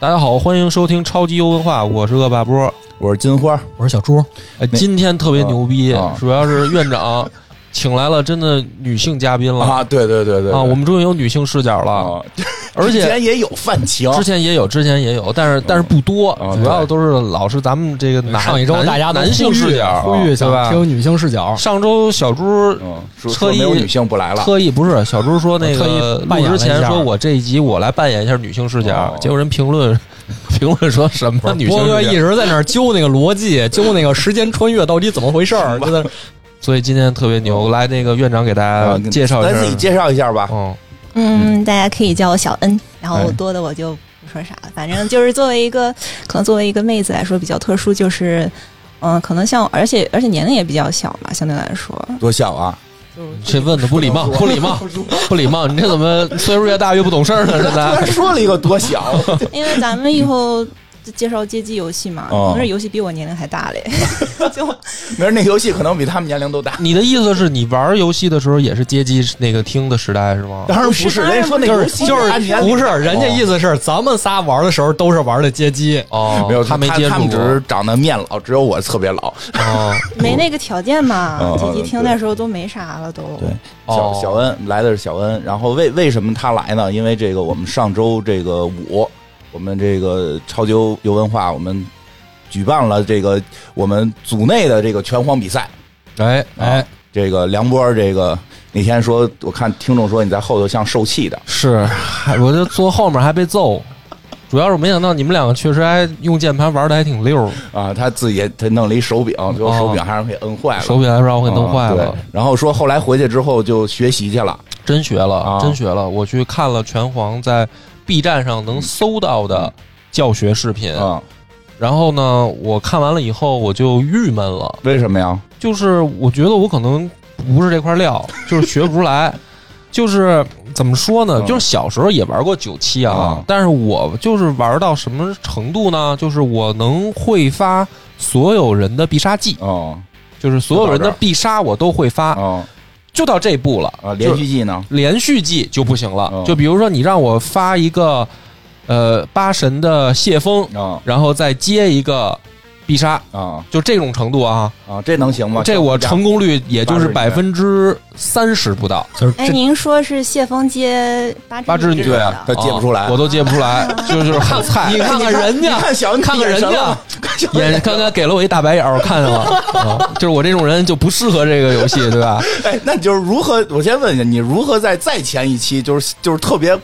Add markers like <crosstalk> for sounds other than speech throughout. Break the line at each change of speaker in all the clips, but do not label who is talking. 大家好，欢迎收听超级优文化，我是恶霸波。
我是金花，
我是小猪，
哎，
那
今天特别牛逼
啊啊，
主要是院长请来了真的女性嘉宾了
啊，对对对对
啊我们终于有女性视角了，
啊，
而
之
且
前也有范情，
之前也有，之前也有，但是但是不多
啊，
主要都是老是咱们这个男
嗯上一周
男
大家都
男性
呼吁
视角，
呼吁想
对吧？
听女性视角，
上周小猪
嗯，说
特
说
意
没有女性不来了，
特意不是小猪说那
特意
个
扮
录
演了
之
一下
前说我这一集我来扮演一下女性视角
哦，
结果人评论 <laughs> 评论说什么女性
波哥一
视角，
直在那儿揪那个逻辑，揪那个时间穿越到底怎么回事儿，就在那儿
所以今天特别牛，来那个院长给大
啊
家介绍一
咱自己
下，
介绍一下吧。
嗯，
嗯
嗯，大家可以叫我小恩，然后
哎
多的我就不说啥了。反正就是作为一个，可能作为一个妹子来说比较特殊，就是，嗯、可能像，而且而且年龄也比较小吧，相对来说，
多小啊！
这问的不 <laughs> 礼貌，不礼貌，不礼貌！你这怎么岁数越大越不懂事儿呢？这
<laughs>
<laughs>
突
咱
然说了一个多 <laughs> 小，
因为咱们以后就介绍街机游戏嘛，
哦
可能是游戏比我年龄还大嘞， <laughs> 就
没事，那游戏可能比他们年龄都大。
你的意思是你玩游戏的时候也是街机那个厅的时代是吗？
当然不是，人家说那游戏
就是
按年龄
不是人家意思是咱们仨玩的时候都是玩的街机，
哦，
没有
他 <laughs> 没接
他
触
们只
过
是长得面老，只有我特别老。
哦
没那个条件嘛
哦。
街机厅
对
那时候都没啥了，都。
对小
哦
小恩来的是小恩，然后为为什么他来呢？因为这个我们上周这个五，我们这个超级游文化，我们举办了这个我们组内的这个拳皇比赛。
哎
啊，这个梁波儿这个那天说，我看听众说你在后头像受气的，
是，还 <laughs> 我就坐后面还被揍，主要是我没想到你们两个确实还用键盘玩的还挺溜儿，
啊，他自己也他弄了一手柄，最后手柄还让给摁坏了，
哦手柄还让哎我给哦弄坏
啊
了
对，然后说后来回去之后就学习去了，
真学了
啊，
真学了！我去看了拳皇在 B 站上能搜到的教学视频，
啊，
然后呢，我看完了以后我就郁闷了。
为什么呀？
就是我觉得我可能不是这块料，就是学不出来。 <laughs> 就是怎么说呢？
嗯
就是小时候也玩过九七啊，
啊
但是我就是玩到什么程度呢？就是我能会发所有人的必杀技，
哦
就是所有人的必杀我都会发，
哦
就到这步了
啊，连
就是
续技呢？
连续技就不行了。
嗯
就比如说你让我发一个呃八神的谢风，
啊
然后再接一个必杀，
啊
就这种程度啊。
啊，这能行吗？
这我成功率也就是百
八十
分之三十不到，
就是
哎，您说是谢峰接八
八只
只
女
的
啊他接不出来
啊我都接不出
<laughs>
来，就是很菜。
你看看人
你
家，
看小恩
看看人家
眼神了，看小恩
也刚刚给了我一大白眼儿，我看
<laughs>
见了，啊就是我这种人就不适合这个游戏，对吧？
哎，那你就是如何？我先问一下，你如何在再前一期，就是就是特别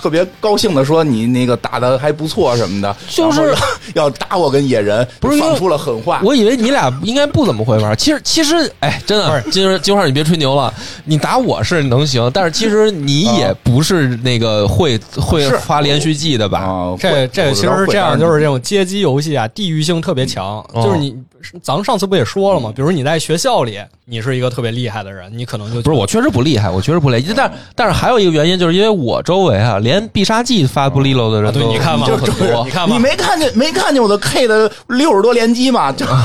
特别高兴的说你那个打的还不错什么的，
就是
然后要打我跟野人，
不是因为
放出了狠话。
我以为你俩应该不怎么会玩，其实其实，哎，真的，金儿金花，你别吹牛了，你打我是能行，但是其实你也不是那个会会
啊是
发连续技的吧？
啊，
这
会啊
这个其实是这样，就是这种街机游戏啊，地域性特别强。
嗯
就是你，
哦
咱们上次不也说了
嗯
吗？比如你在学校里，你是一个特别厉害的人，你可能就
不是，我确实不厉害，我确实不厉害，但但是还有一个原因，就是因为我周围啊，连必杀技发不利落的
啊，
人都
对，你看吧，
都
就
很
是
多
你，看吧
你，没看见没看见我的 K 的六十多连击吗？
<laughs>
就
啊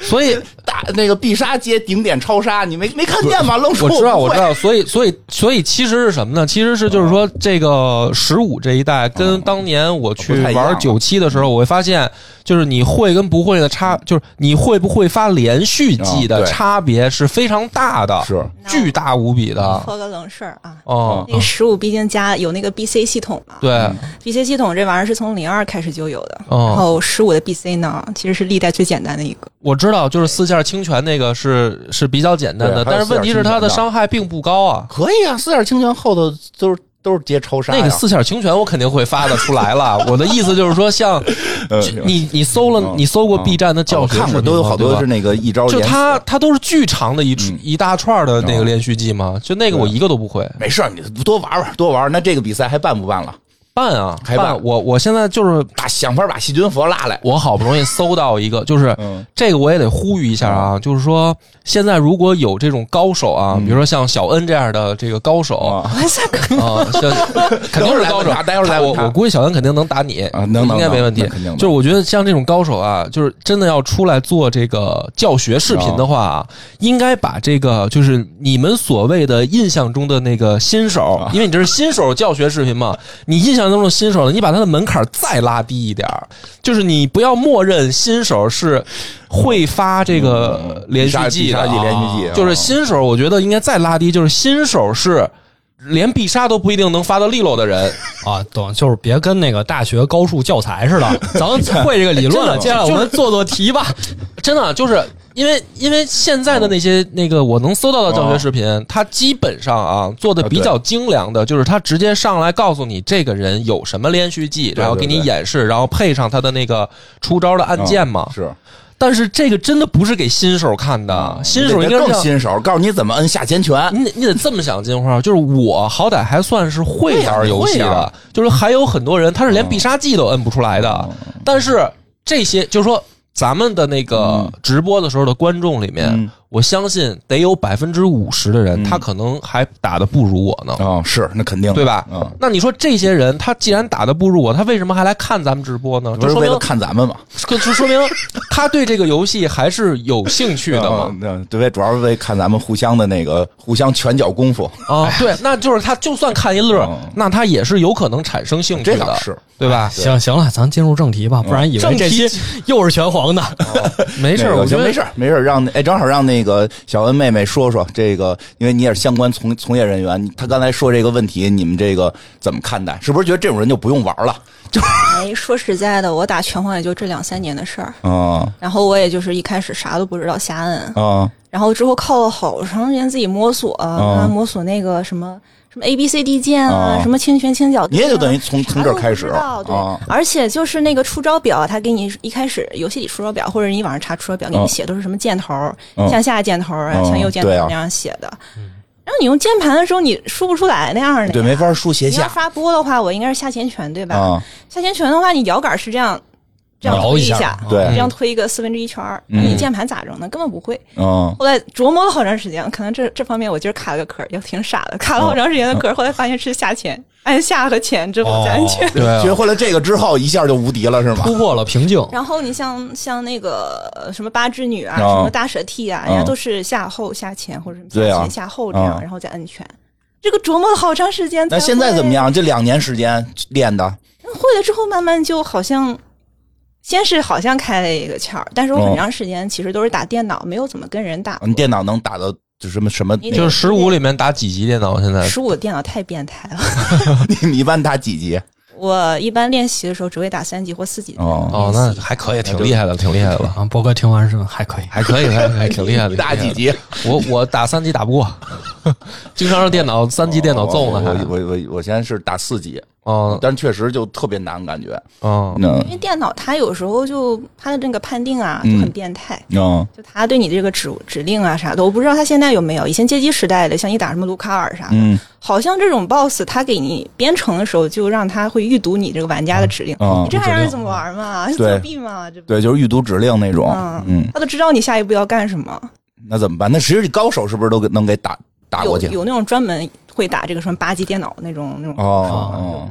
所以
打那个必杀接顶点超杀，你没没看见吗？愣
<laughs>
说
我知道，我知
道。
道，所以，所以，所以，其实是什么呢？其实是就是
嗯
说，这个十五这一代跟当年我去
不太一样
玩
了
九七的时候，我会发现，就是你会跟不会的差，就是你会不会发连续技
啊
的
对
差别是非常大的，
是嗯
巨大无比的。
说个冷事儿啊。
哦，
那十五毕竟加有那个 BC 系统嘛，
对，
BC 系统这玩意儿是从零二开始就有的，
哦
然后十五的 BC 呢，其实是历代最简单的一个。
我知道，就是四下清泉那个是是比较简单的，
对还有
但是问题是它的伤害并不高啊。
可以啊，四点清泉后头都是都是接超杀呀。
那个四下清泉我肯定会发的出来
<laughs>
了。我的意思就是说，像
呃嗯
就你你搜了你搜过 B 站的教
啊我
学视
看
频吗，
过，都有好
对
多
吧
是那个一招
就
连死
它它都是巨长的一出
嗯哦
一大串的那个连续剧嘛，就那个我一个都不会
没事儿，你多玩玩，多玩。那这个比赛还办不办了？
办啊，
还办
我我现在就是
把想法把细菌佛拉来。
我好不容易搜到一个，就是
嗯
这个我也得呼吁一下啊，就是说现在如果有这种高手啊，
嗯
比如说像小恩这样的这个高手
啊
哇塞，
<laughs>
啊， <laughs> 像肯定是高手
待会儿来问他，待会儿来
我
问他
我估计小恩肯定能打你
啊能能
应该没问题
能肯定。能
就是我觉得像这种高手啊，就是真的要出来做这个教学视频的话啊，应该把这个就是
啊 <laughs>
你们所谓的印象中的那个新手，因为你这是新手教学视频嘛，你印象象当中的新手呢，你把它的门槛再拉低一点儿，就是你不要默认新手是会发这
嗯
个连续技的
必杀必杀技
啊，
连续技啊，
就是新手，我觉得应该再拉低，就是新手是连必杀都不一定能发到利落的人，
啊，懂，就是别跟那个大学高数教材似
<laughs>
的，咱们会这个理
哎
论了，接下来我们做做题吧。
真的啊就是因为因为现在的那
哦
些那个我能搜到的教学视频，它基本上啊做的比较精良的，就是它直接上来告诉你这个人有什么连续技，
对
然后给你演示，然后配上他的那个出招的按键嘛。啊
是啊
但是这个真的不是给新手看的，新手应该
哦
是嗯
你得
这
更
样。
新手，告诉你怎么摁下前拳。
<laughs> 你得你得这么想，金花，就是我好歹还算是会玩游戏
对呀你会呀啊
的，
嗯
就是还有很多人他是连必杀技都摁不出来的，但是这些就是说咱们的那个
嗯
直播的时候的观众里面，
嗯
我相信得有百分之五十的人、
嗯
他可能还打的不如我呢，
哦，是那肯定的
对吧？
嗯，
那你说这些人他既然打的不如我，他为什么还来看咱们直播呢？
不
这
是
说
为
明
了看咱们嘛？
这就说明他对这个游戏还是有兴趣的嘛。
嗯，嗯对，主要是为看咱们互相的那个互相拳脚功夫，
啊，对，那就是他就算看一乐
哎嗯，
那他也是有可能产生兴趣
这倒
的，
是
对吧？
行行了，咱进入正题吧，不
嗯
然以为
正
这
题
期又是拳皇的。 <laughs>
没事
哦那
儿，
个
我觉
行
得
没事儿没事儿，让哎正好让那个小恩妹妹说说这个，因为你也是相关从从业人员，她刚才说这个问题，你们这个怎么看待？是不是觉得这种人就不用玩了？
<laughs> 哎，说实在的，我打拳皇也就这两三年的事儿，
嗯
啊
然后我也就是一开始啥都不知道，瞎摁，
嗯
然后之后靠了好长时间自己摸索，
嗯
啊，摸索那个什么什么 A B C D 键啊，
嗯
什么清拳清啊脚、
你也就等于从
啥
从这儿
都
开
哎不
始
知道对、
啊
而且就是那个出招表，他给你一开始游戏里出招表，或者你网上查出招表，给
嗯
你写都是什么箭头、
嗯
向下箭头、啊，
嗯
向右箭头
对啊
那样写的。然后你用键盘的时候，你输不出来那样的呀。
对，没法输斜
你要
下
发波的话，我应该是下前拳对吧？
啊，
下前拳的话，你摇杆是这样这样
摇
推
一下嗯
下，
对
这样推一个四分之一圈儿。
嗯
你键盘咋整呢？根本不会。
嗯
后来琢磨了好长时间，可能这这方面我今儿卡了个壳儿，也挺傻的，卡了好长时间的壳
嗯
儿。后来发现是下潜，按下和潜这不安全。
对啊
学会了这个之后，一下就无敌了，是吗？
哦突破了瓶颈，
然后你像像那个呃什么八只女啊，
哦
什么大蛇剃啊，人家
嗯
都是下后下前或者什么
对
下
啊
前下后这样，
嗯
然后再摁拳。这个琢磨了好长时间，
那现在怎么
样？
样？这两年时间练的，
会了之后，慢慢就好像，先是好像开了一个窍儿，但是我
哦
很长时间其实都是打电脑，没有怎么跟人打过。
你电脑能打到就什么什么？
你
就是十五里面打几级电脑？现在
十五的电脑太变态了， <laughs>
你你一般打几级？
我一般练习的时候只会打三级或四级的。
哦，
哦，那还可以，挺厉害的，挺厉害
<laughs>
的，
啊，波哥听完是吧还可以。
还可以，还还挺厉害的。
打
挺
几
厉
级？
害的？我我打三级打不过，经常让电脑三级电脑揍呢，还
哦我我我我现在是打四级，
嗯
但确实就特别难，感觉。
嗯，
嗯
因为电脑它有时候就它的那个判定啊就
嗯
很变态，
嗯
就它对你这个指指令啊啥的，我不知道它现在有没有。以前街机时代的，像你打什么卢卡尔啥的，
嗯
好像这种 BOSS 它给你编程的时候就让它会预读你这个玩家的指令，
嗯
你，这还让人怎么玩嘛？是
对
作弊嘛？这不
对，就是预读指令那种。嗯
嗯，，他都知道你下一步要干什么。
那怎么办？那实际高手是不是都给能给打打
有
过去？
有那种专门会打这个什么八级电脑那种那种，
哦，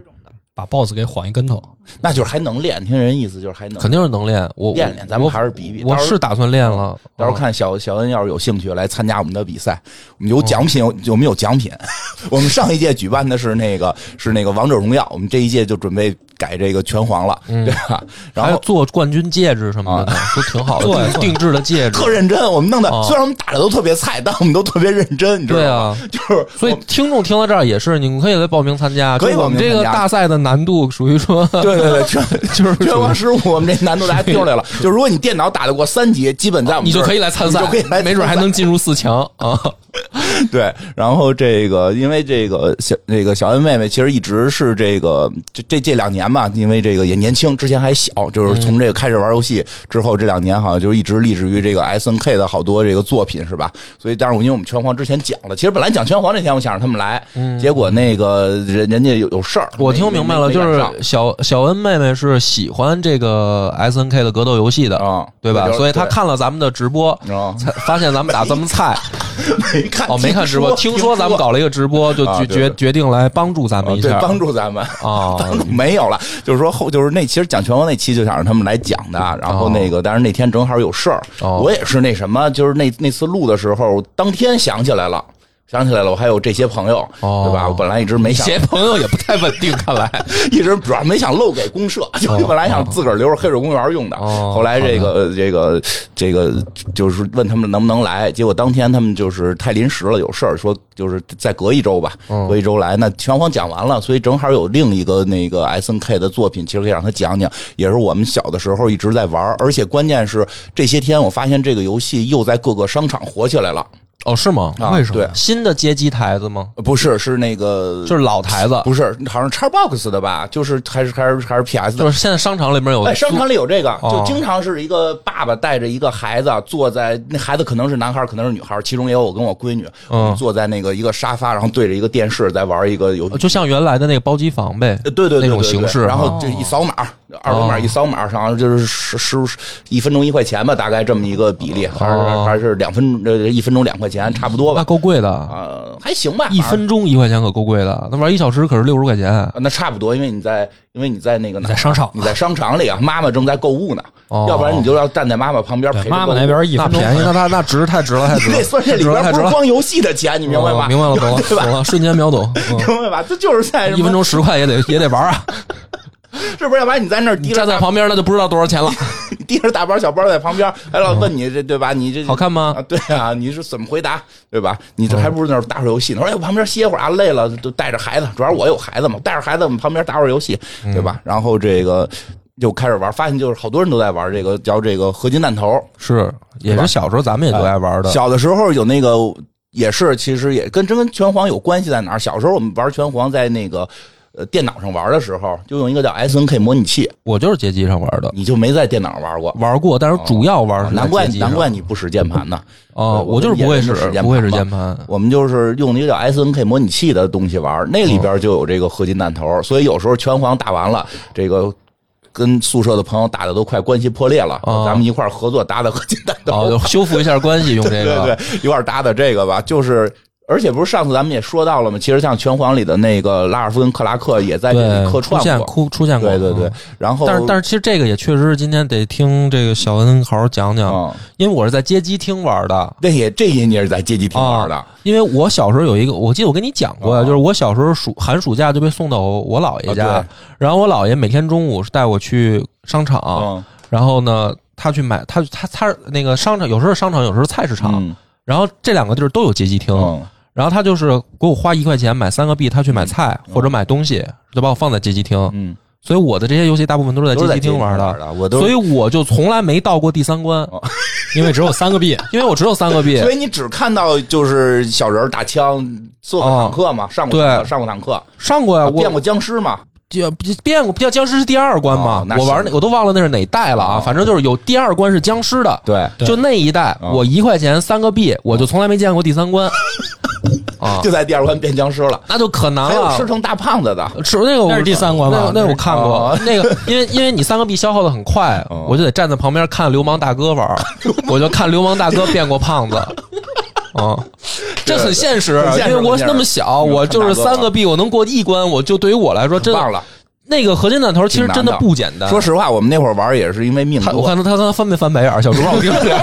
把 BOSS 给晃一跟头，
那就是还能练，听人意思就是还能
肯定是能练。我我
练练，咱们还是比比。
我
到时候
是打算练了，嗯
到时候看小小恩要是有兴趣来参加我们的比赛，我们
哦
有奖品，有我们有奖品。 <laughs> 我们上一届举办的是那个是那个王者荣耀，我们这一届就准备改这个拳皇了，对吧？
嗯
然
还有
后啊
做冠军戒指什么的呢，都挺
<laughs>
好的，定定制的戒指
特。认真，我们弄的
啊
虽然我们打的都特别菜，但我们都特别认真，你知道
对
吗？
啊，
<laughs> 就是
所以听众听到这儿也是，你们可以来报名参加。
可以
就是我们
报名
这个
参加
大赛的难度属于
<laughs>
说，
对对对，全
<laughs> 就是
全国十五，我们这难度大
<laughs>
家丢来了。就如果你电脑打得过三级，基本在我们
你
这
就
儿
可以来参赛，
你就可以来参赛
没准还能进入四
<laughs>
强啊！
对。然后这个，因为这个小那个小恩妹妹，其实一直是这个这这这两年吧，因为这个也年轻，之前还小，
嗯
就是从这个开始玩游戏之后，这两年好像就是一直立志于这个 S N K 的好多这个作品，是吧？所以，但是我因为我们拳皇之前讲了，其实本来讲拳皇那天我想让他们来，结果那个人人家有有事儿，
嗯我听明白了，
没
就
没赶上
是小小恩妹妹是喜欢这个 S N K 的格斗游戏的，
啊，
对吧？
就是
所以她看了咱们的直播，
对啊，
才发现咱们打这么
<laughs>
菜
没看
哦，没看直播，听说咱们搞了一个直播，就
啊
决
对
决
对
决定来帮助咱们
啊
一
对
下
帮助咱们。
啊！
<laughs> 没有了，就是说后就是那其实讲拳王那期就想让他们来讲的，啊然后那个但是那天正好有事儿，
哦
我也是那什么，就是那那次录的时候当天想起来了。想起来了，我还有这些朋友，
哦
对吧？我本来一直没
你
想
些朋友也不太稳定，看来
<laughs> 一直主要没想漏给公社，就本来想自个儿留着黑水公园用的。
哦
后来这个呃这个这个就是问他们能不能来，结果当天他们就是太临时了，有事儿说就是再隔一周吧，隔一周来。那拳皇讲完了，所以正好有另一个那个 S N K 的作品，其实可以让他讲讲，也是我们小的时候一直在玩儿，而且关键是这些天我发现这个游戏又在各个商场火起来了。
哦，是吗？
啊
为什么
对，
新的街机台子吗？
不是，是那个
就是老台子，
不是，好像 Xbox 的吧？就是还是还是还是 PS 的
就。是现在商场里面有
哎，商场里有这个，
哦
就经常是一个爸爸带着一个孩子啊坐在那孩子可能是男孩，可能是女孩，其中也有我跟我闺女，
嗯
我们坐在那个一个沙发，然后对着一个电视在玩一个游戏。
就像原来的那个包机房呗，
呃对对
哦那
对对
种
对
形式哦
然后就一扫码，二维码一扫码，然后就是十十十一分钟一块钱吧，大概这么一个比例，还是
哦
还是两分呃一分钟两块钱，差不多
那
吧，
够贵的，
啊，还行吧，
一
反正
分钟一块钱可够贵的，那玩一小时可是六十块钱。
啊那差不多，因为你在，因为你在那个哪
在商场
你在商场里啊，妈妈正在购物呢，
哦
要不然你就要站在妈妈旁边陪
对
着
妈妈
购物
那。边一
那
分钟
便宜，那他那值太值了，太值
你
了，
<laughs> 这啊算这
太
里
值了，
边
太
不
值
是
了，
光游戏的钱，你明白
哦
吧？
明白了，懂了，
<laughs> 对吧
懂了，瞬间秒
<laughs>
懂。嗯
明白吧？这就是在什
一分
么？
钟十块也得也得玩
<laughs>
啊！
是不是？要不然你在那儿提
你
着
站在旁边那就不知道多少
<laughs>
钱了。
提着大包小包在旁边，还老问你这对吧？你这
好看吗
啊？对啊，你是怎么回答对吧？你这还不如在那儿打会儿游戏呢。他说哎，我旁边歇会儿啊，累了就带着孩子，主要是我有孩子嘛，带着孩子我们旁边打会儿游戏，
嗯
对吧？然后这个就开始玩，发现就是好多人都在玩这个叫这个合金弹头，
是，也是小时候咱们也都爱玩的。
哎小的时候有那个也是，其实也跟真跟拳皇有关系在哪儿？小时候我们玩拳皇，在那个呃电脑上玩的时候，就用一个叫 S N K 模拟器，
我就是街机上玩的，
你就没在电脑上玩过。
玩过，但是主要玩是在
嗯哦难怪
街机上
难怪你不使键盘呢！呃
哦，
我
我就是不会使
也是使键，盘
不会使
吧
键盘。
我们就是用那个叫 S N K 模拟器的东西玩，那里边就有这个合金弹头，所以有时候拳皇打完了，这个跟宿舍的朋友打的都快关系破裂了，
哦
咱们一块儿合作打打合金弹头。
哦，就修复一下关系用这个。
<laughs> 对对对，有点搭的这个吧，就是。而且不是上次咱们也说到了吗？其实像拳皇里的那个拉尔夫跟克拉克也在这里客
出
串
现
过，
哭出现过，
对对对
嗯。。
然后，
但是但是，其实这个也确实是今天得听这个小恩好好讲讲，
嗯，
因为我是在街机厅玩的。
这也这些你也是在街机厅玩的，
因为我小时候有一个，我记得我跟你讲过呀，
啊
就是我小时候暑寒暑假就被送到我姥爷家，
啊
然后我姥爷每天中午是带我去商场，
嗯
然后呢，他去买，他他他那个商场，有时候是商场，有时候是菜市场，
嗯
然后这两个地儿都有街机厅，
嗯
然后他就是给我花一块钱买三个币，他去买菜、或者买东西，就把我放在街机厅，
嗯，
所以我的这些游戏大部分都是在
都是
街
在
机
街
厅
机
玩的，
的，我都哦
所以我就从来没到过第三关，
因为只有三个
<laughs>
币，
因为我只有三个币。
所以你只看到就是小人儿打枪，做过坦克嘛，上过
啊对
坦克上过坦克，啊
上过呀，我
变过僵尸嘛，
就变过，叫僵尸是第二关嘛
哦？那
我玩
行
那我都忘了那是哪代了啊，
哦
反正就是有第二关是僵尸的，
对，
对
就那一代，
哦
我一块钱三个币，我就从来没见过第三
<laughs>
关啊，
就在第二关变僵尸了，
那就可难
还有
了
吃。成大胖子的，
是那个我
那是第三关吧
那那我看过
哦，
那个因为因为你三个币消耗的很快
哦，
我就得站在旁边看流氓大哥玩
<laughs>
儿，我就看流氓大哥变过胖子。啊，这很现实啊
很，现
因
实
为我
很现实
那么小，
嗯
我就是
看大哥
三个币，我能过一关，我就对于我来说，真
忘
的啊
了。
那个合金弹头其实
挺难
真的
的
不简单。
说实话，我们那会儿玩也是因为命
他，我
多，
看他他刚才翻没翻白眼儿，小猪让我听
哎
听。
<laughs>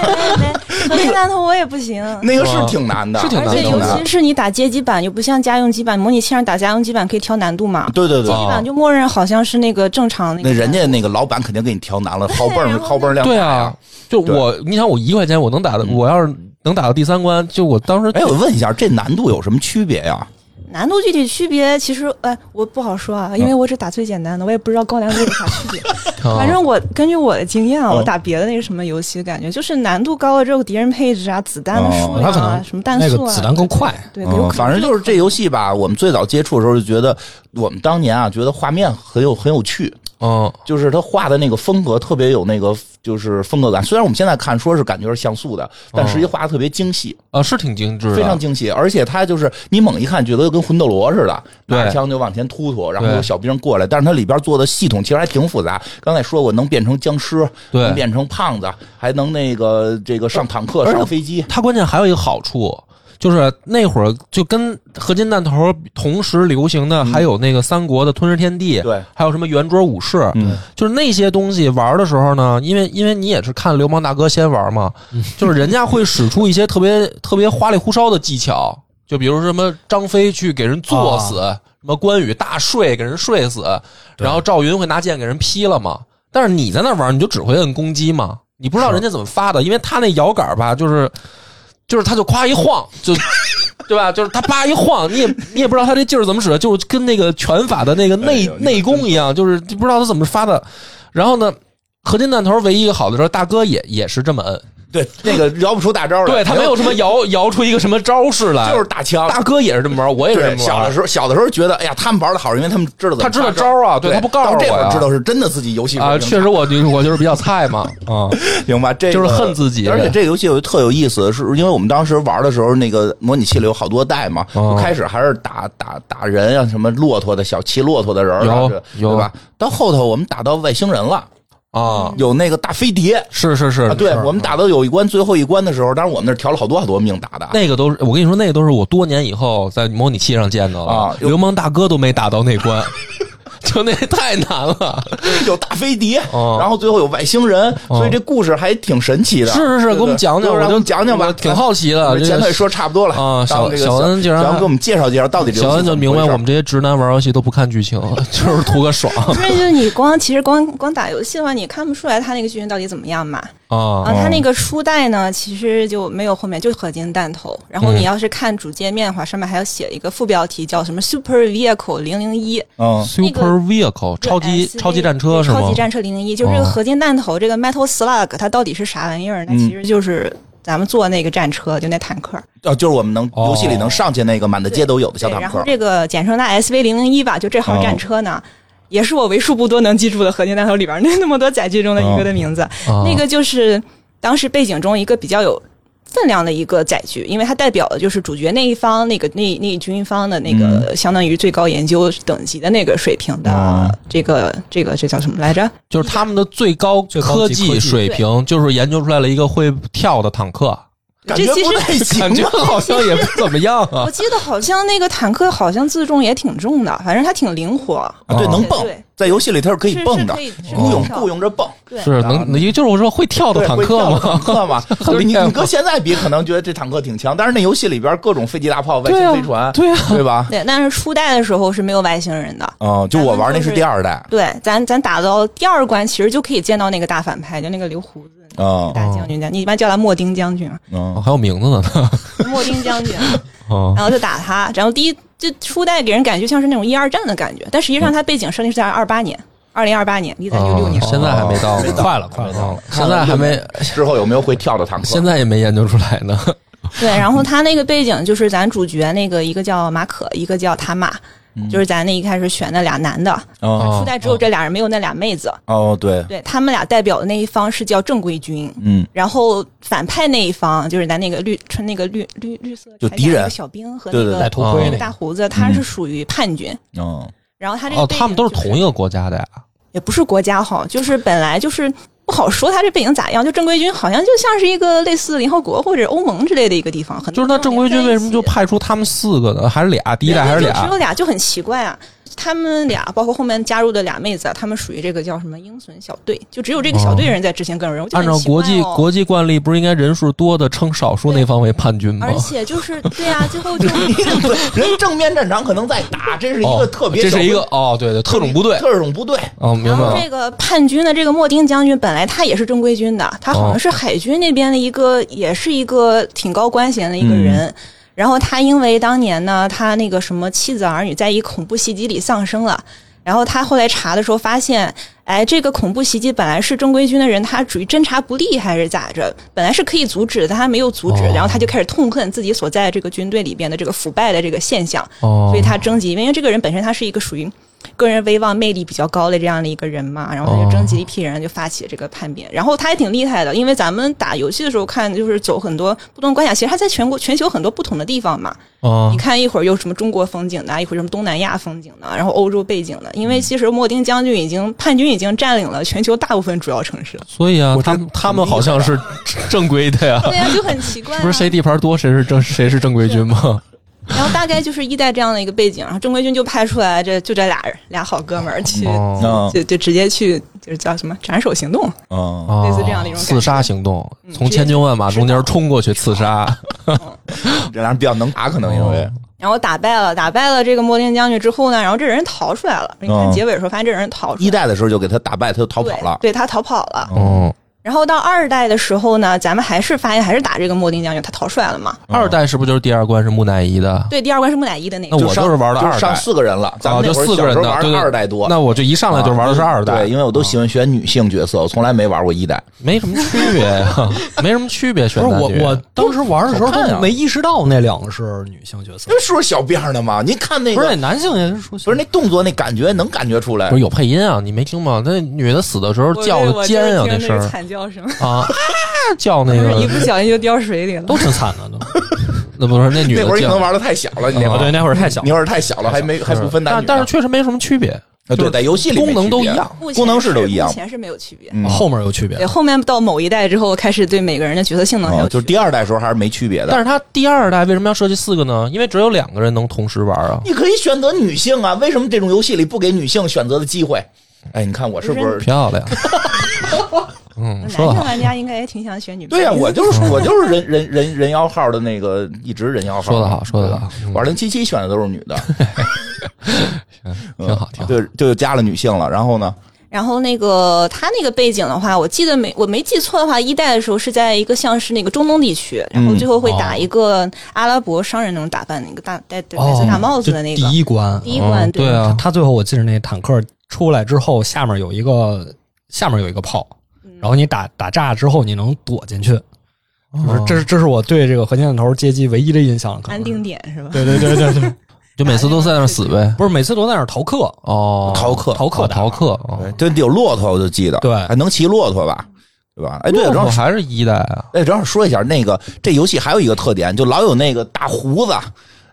合金弹头我也不行。
那个是挺难的，
是挺
而
难
且
的
尤
难
其是你打街机版，又不像家用机版，模拟器上打家用机版可以调难度嘛。
对对
街
对，
啊
机版就默认好像是那个正常那个。
那人家那个老板肯定给你调难了，好蹦
然后
好蹦亮。
对啊，，就
对嗯
我，你想我一块钱，我能打的，我要是能打到第三关，就我当时
哎，我问一下，这难度有什么区别呀？
难度具体区别，其实哎，我不好说啊，因为我只打最简单的，我也不知道高难度有啥区
<laughs>
别。
啊
反正我根据我的经验
嗯
啊，我打别的那个什么游戏，感觉就是难度高了之后，敌人配置啊、子弹的数
他
量
可
啊
能、
什么弹
哦那
速
个
啊，
子弹更快，
对，
嗯
有可能
反正就是这游戏吧，我们最早接触的时候就觉得，我们当年啊觉得画面很有很有趣，
嗯，
就是他画的那个风格特别有那个就是风格感。虽然我们现在看说是感觉是像素的，
嗯
但实际画的特别精细，
啊，是挺精致的，
非常精细。而且它就是你猛一看觉得跟魂斗罗似的，
对
拿着枪就往前突突，然后
对
有小兵过来。但是它里边做的系统其实还挺复杂。刚才说过能变成僵尸，
对
能变成胖子，还能那个这个上坦克、
而且
上飞机。
它关键还有一个好处，就是那会儿就跟合金弹头同时流行的，还有那个三国的《吞噬天地》，
对，
还有什么圆桌武士，
嗯，
就是那些东西玩的时候呢，因为因为你也是看流氓大哥先玩嘛，就是人家会使出一些特别特别花里胡哨的技巧。就比如什么张飞去给人
啊
作死，什么关羽大睡给人睡死，
对
然后赵云会拿剑给人劈了嘛。但是你在那玩，你就只会摁攻击嘛，你不知道人家怎么发的，因为他那摇杆吧，就是就是他就夸一晃就。对吧？就是他叭一晃，你也你也不知道他这劲儿怎么使，就跟那个拳法的那个内、
哎呦
内功一样，就是不知道他怎么发的。然后呢，合金弹头唯一一个好的时候，大哥也也是这么摁，
对，那个摇不出大招来，
对他没有什么摇摇出一个什么招式来，
<laughs> 就是打枪。
大哥也是这么玩，我也是这
对，
么玩。
小的时候，小的时候觉得，哎呀，他们玩的好，因为他们知道怎么
他知道
发
招儿啊对
对
他不告诉
到这
我
会
呀
儿知道是真的自己游戏
啊，
水平
确实我就是我就是比较菜
<laughs>
嘛，啊，
明白，这个
就是恨自己
而且这个游戏有一特有意思，是因为我们当时玩的时候，那个模拟器里有好多代嘛，
哦
就开始还是打打打人啊，什么骆驼的小骑骆驼的人儿啊，
有
是
有
对吧？到后头我们打到外星人了，
啊，
有那个大飞碟
是是是，
嗯啊，对
是
我们打到有一关最后一关的时候，当然我们那儿调了好多好多命
<laughs>
打的啊。
那个都是我跟你说，那个都是我多年以后在模拟器上见到的，
啊有
流氓大哥都没打到那关， <laughs> 就那太难了，
有大飞碟，
哦
然后最后有外星人，所以这故事还挺神奇的。
是是是，
对
给我们讲讲，
对
我
让我
就
们讲讲吧，
我挺好奇的，这
前头也
个
说差不多了
啊
然后这个
小小恩竟然
小恩给我们介绍介绍到底这游戏
小恩就
怎么
明白
回事
我们这些直男玩游戏都不看剧情， <laughs> 就是图个
<laughs>
爽
不是， <laughs> 就是你光其实光光打游戏的话，你看不出来他那个剧情到底怎么样嘛。啊，
哦
啊，
他那个书带呢，其实就没有后面，就是合金弹头。然后
嗯
你要是看主界面的话，上面还要写一个副标题，叫什么 “Super Vehicle 零零一
嗯
Super Vehicle 超级
SUV
超级战车是
超
吗
级？战车零零一，就是这个
哦
合金弹头，这个 Metal Slug 它到底是啥玩意儿？那
嗯
其实就是咱们做那个战车，就那坦克。
哦，就是我们能
哦
游戏里能上去那个满大街都有的小
对，
坦
然后
克，
这个简称它 SV 零零一吧，就这
哦
号战车呢。也是我为数不多能记住的合金弹头里边儿那那么多载具中的一个的名字，
啊
那个就是当时背景中一个比较有分量的一个载具，因为它代表的就是主角那一方那个那那军一方的那
嗯
个相当于最高研究等级的那个水平
哦
的这个这个这叫什么来着？
就是他们的最高
最高
科
级科
技
技
水平，就是研究出来了一个会跳的坦克，
感
这
觉
其实
不太
<laughs>
行
感觉
啊。
好像
<laughs>
也不怎么样啊
我。记得好像那个坦克好像自重也挺重的，反正它挺灵活，
啊 <laughs> 对，
啊
能蹦
对，
在游戏里它是可以
是
蹦的
是，可以
雇佣
是可以跳
雇佣着蹦，
对，
是能，也就是我说会跳的
对
坦
会
克
跳的
吗？
坦
<laughs>
克嘛，就是你你搁现在比，可能觉得这坦克挺强，但是那游戏里边各种飞机大炮、
<laughs>
外
对
星
啊
飞船，
对啊，
对吧？
对。但是初代的时候是没有外星人的。
嗯，就我玩那是
就是
第二代，
对，咱咱打到第二关，其实就可以见到那个大反派，就那个留胡子那
嗯
个大将军家，你一般叫他莫丁将军啊，
哦
嗯，
还有名字呢。
<laughs> 莫丁将军。
哦
<laughs> 然后就打他。然后第一，这初代给人感觉像是那种一二战的感觉，但实际上它背景设定是在二八年，二零二八年，离咱就六
哦
年。
现在还没哦到哦
没
呢，
到
快了，快了，快了。
<laughs> 现在还没，
之后有没有会跳的坦克？
现在也没研究出来
<laughs>
呢。
对，然后他那个背景就是咱主角那个一个叫马可，一个叫塔玛，
嗯
就是咱那一开始选那俩男的。
哦
初代只有这俩人，没有那俩妹子。
哦对，
对他们俩代表的那一方是叫正规军。
嗯，
然后反派那一方就是咱那个绿穿那个绿绿绿色
就
铠甲
敌人
那个小兵和
对
那
对
戴
个
头盔
对
那
大
个，
胡子，他是属于叛军。
嗯，
然后他这个
哦，
背
他们都是
景就
同一个国家的呀。
也不是国家哈，就是本来就是不好说他这背景咋样。就正规军好像就像是一个类似联合国或者欧盟之类的一个地方，很
就是那正规军为什么就
派
派出他们四个呢？还是俩？第一代还是俩
只？有俩就很奇怪啊。他们俩包括后面加入的俩妹子啊，他们属于这个叫什么鹰隼小队，就只有这个小队人在之前跟着人，我就
哦按
很
照
奇怪
国际
哦
国际惯例，不是应该人数多的称少数那方为叛军吗
而？且就是
哦
对啊，
<laughs>
最后就
人正面战场可能在打，这是一
哦
个特，别
这
小
是一个
规
哦，对对，特种部队。
特种部队，
哦，明
然
白
后
了。
这个叛军的这个莫丁将军，本来他也是正规军的，他好
哦
像是海军那边的一个，也是一个挺高官衔的一个
嗯
人。然后他因为当年呢，他那个什么妻子儿女在一恐怖袭击里丧生了。然后他后来查的时候发现，哎，这个恐怖袭击本来是正规军的人，他属于侦查不力还是咋着？本来是可以阻止的，但他没有阻止
哦，
然后他就开始痛恨自己所在的这个军队里边的这个腐败的这个现象。
哦
所以，他征集，因为这个人本身他是一个属于个人威望、魅力比较高的这样的一个人嘛，然后他就征集了一批人，就发起了这个叛变。然后他也挺厉害的，因为咱们打游戏的时候看，就是走很多不同关卡，其实他在全国、全球很多不同的地方嘛。
哦
你看一会儿有什么中国风景的，一会儿什么东南亚风景的，然后欧洲背景的，因为其实莫丁将军已经叛军已经占领了全球大部分主要城市了。
所以啊，
我
他
这
们他们好像是正 <laughs> 规的呀，
<laughs> 对啊呀、就很奇怪、
不是谁地盘多谁是正谁是正规军吗？
然后大概就是一代这样的一个背景，然后正规军就派出来这就这俩人俩好哥们儿去
哦
嗯
就就直接去就是叫什么斩首行动，
嗯
哦
类似这样的一种感觉
刺杀行动，
嗯
从千军万马中间冲过去刺杀。
这俩人比较能打，可能因为
然后打败了，打败了这个莫丁将军之后呢，然后这人逃出来了。你看
嗯
结尾的时候发现这人逃出
一
来了，
代的时候就给他打败，他就逃跑了。嗯
对，对他逃跑了。
哦，
然后到二代的时候呢，咱们还是发现还是打这个莫丁将军，他逃出来了嘛。
嗯
二代是不是就是第二关是木乃伊的？
对，第二关是木乃伊的那
那
个，
我
上
就是玩的
就
二代
上四个人了，咱们
啊
那
就
会儿
四个人
小时
的
候
对
玩
对
二代多，啊
那我就一上来就玩的是二代，哦
对，因为我都喜欢选女性角色，我从来没玩过一代。
没什么区别
<laughs>
呀，没什么区别。
不
选
是
男
我
女，
我当时玩的时候
好看啊
都没意识到那两个是女性角色
那，说小辫儿的嘛，您看那
不是那
个，
男性也是说
不是那动作那感觉能感觉出来
不是。有配音啊？你没听吗？那女的死的时候叫的尖啊，
那
声儿
惨叫声，
啊，叫那
就是一
个
不小心就掉水里了。
都挺惨的都。
那不是那女
那
的
会儿你可
叫
能。玩的太小了，你那会
<laughs> 哦
儿
对，那会儿太小
你。那会儿太小了，还没还不分男
但
女。
但是确实没什么区别，
啊
就
对，
是
在游戏里
功能
没区
都一
别
样，
目前
功能是
是
都一样
目前是没有区别。
嗯
后面有区别
对，，后面到某一代之后，开始对每个人的角色性能还
哦
有
就是
区别
第二代时候还是没区别的
嗯但。是它第二代为什么要设计四个呢？因为只有两个人能同时玩啊。
你可以选择女性啊，为什么这种游戏里不给女性选择的机会？哎，你看我是不
<laughs>
是？
漂亮， <laughs> 嗯，
男
说的
性
好，
玩家应该也挺想选女。
<laughs> 对呀、我就是我就是人人人人妖号的那个，一直人妖号。
说得好说得好嗯
玩零七七选的都是女
<laughs>
的，嗯
挺好挺好。
对，就加了女性了。然后呢，
然后那个他那个背景的话，我记得没我没记错的话，一代的时候是在一个像是那个中东地区，然后最后会打一个阿拉伯商人那种打扮，那个大戴戴
哦
白色大帽子的那个
哦就第一关，
第一关，
嗯对
他
啊，
他最后我记着那坦克出来之后，下面有一个下面有一个炮，
嗯
然后你打打炸之后你能躲进去，
哦
就是这是这是我对这个核心弹头街机唯一的印象了。可能
安定点是吧？
对对对对对，
就每次都在那儿死呗。
不是每次都在那儿逃课，
哦，
逃课嗯
逃课啊
哦
打
逃课。哦
对，有骆驼，我就记得，
对
还能骑骆驼吧，对吧？哎，对，
我
然后
还是一代啊，
哎，正好说一下那个这游戏还有一个特点，就老有那个大胡子。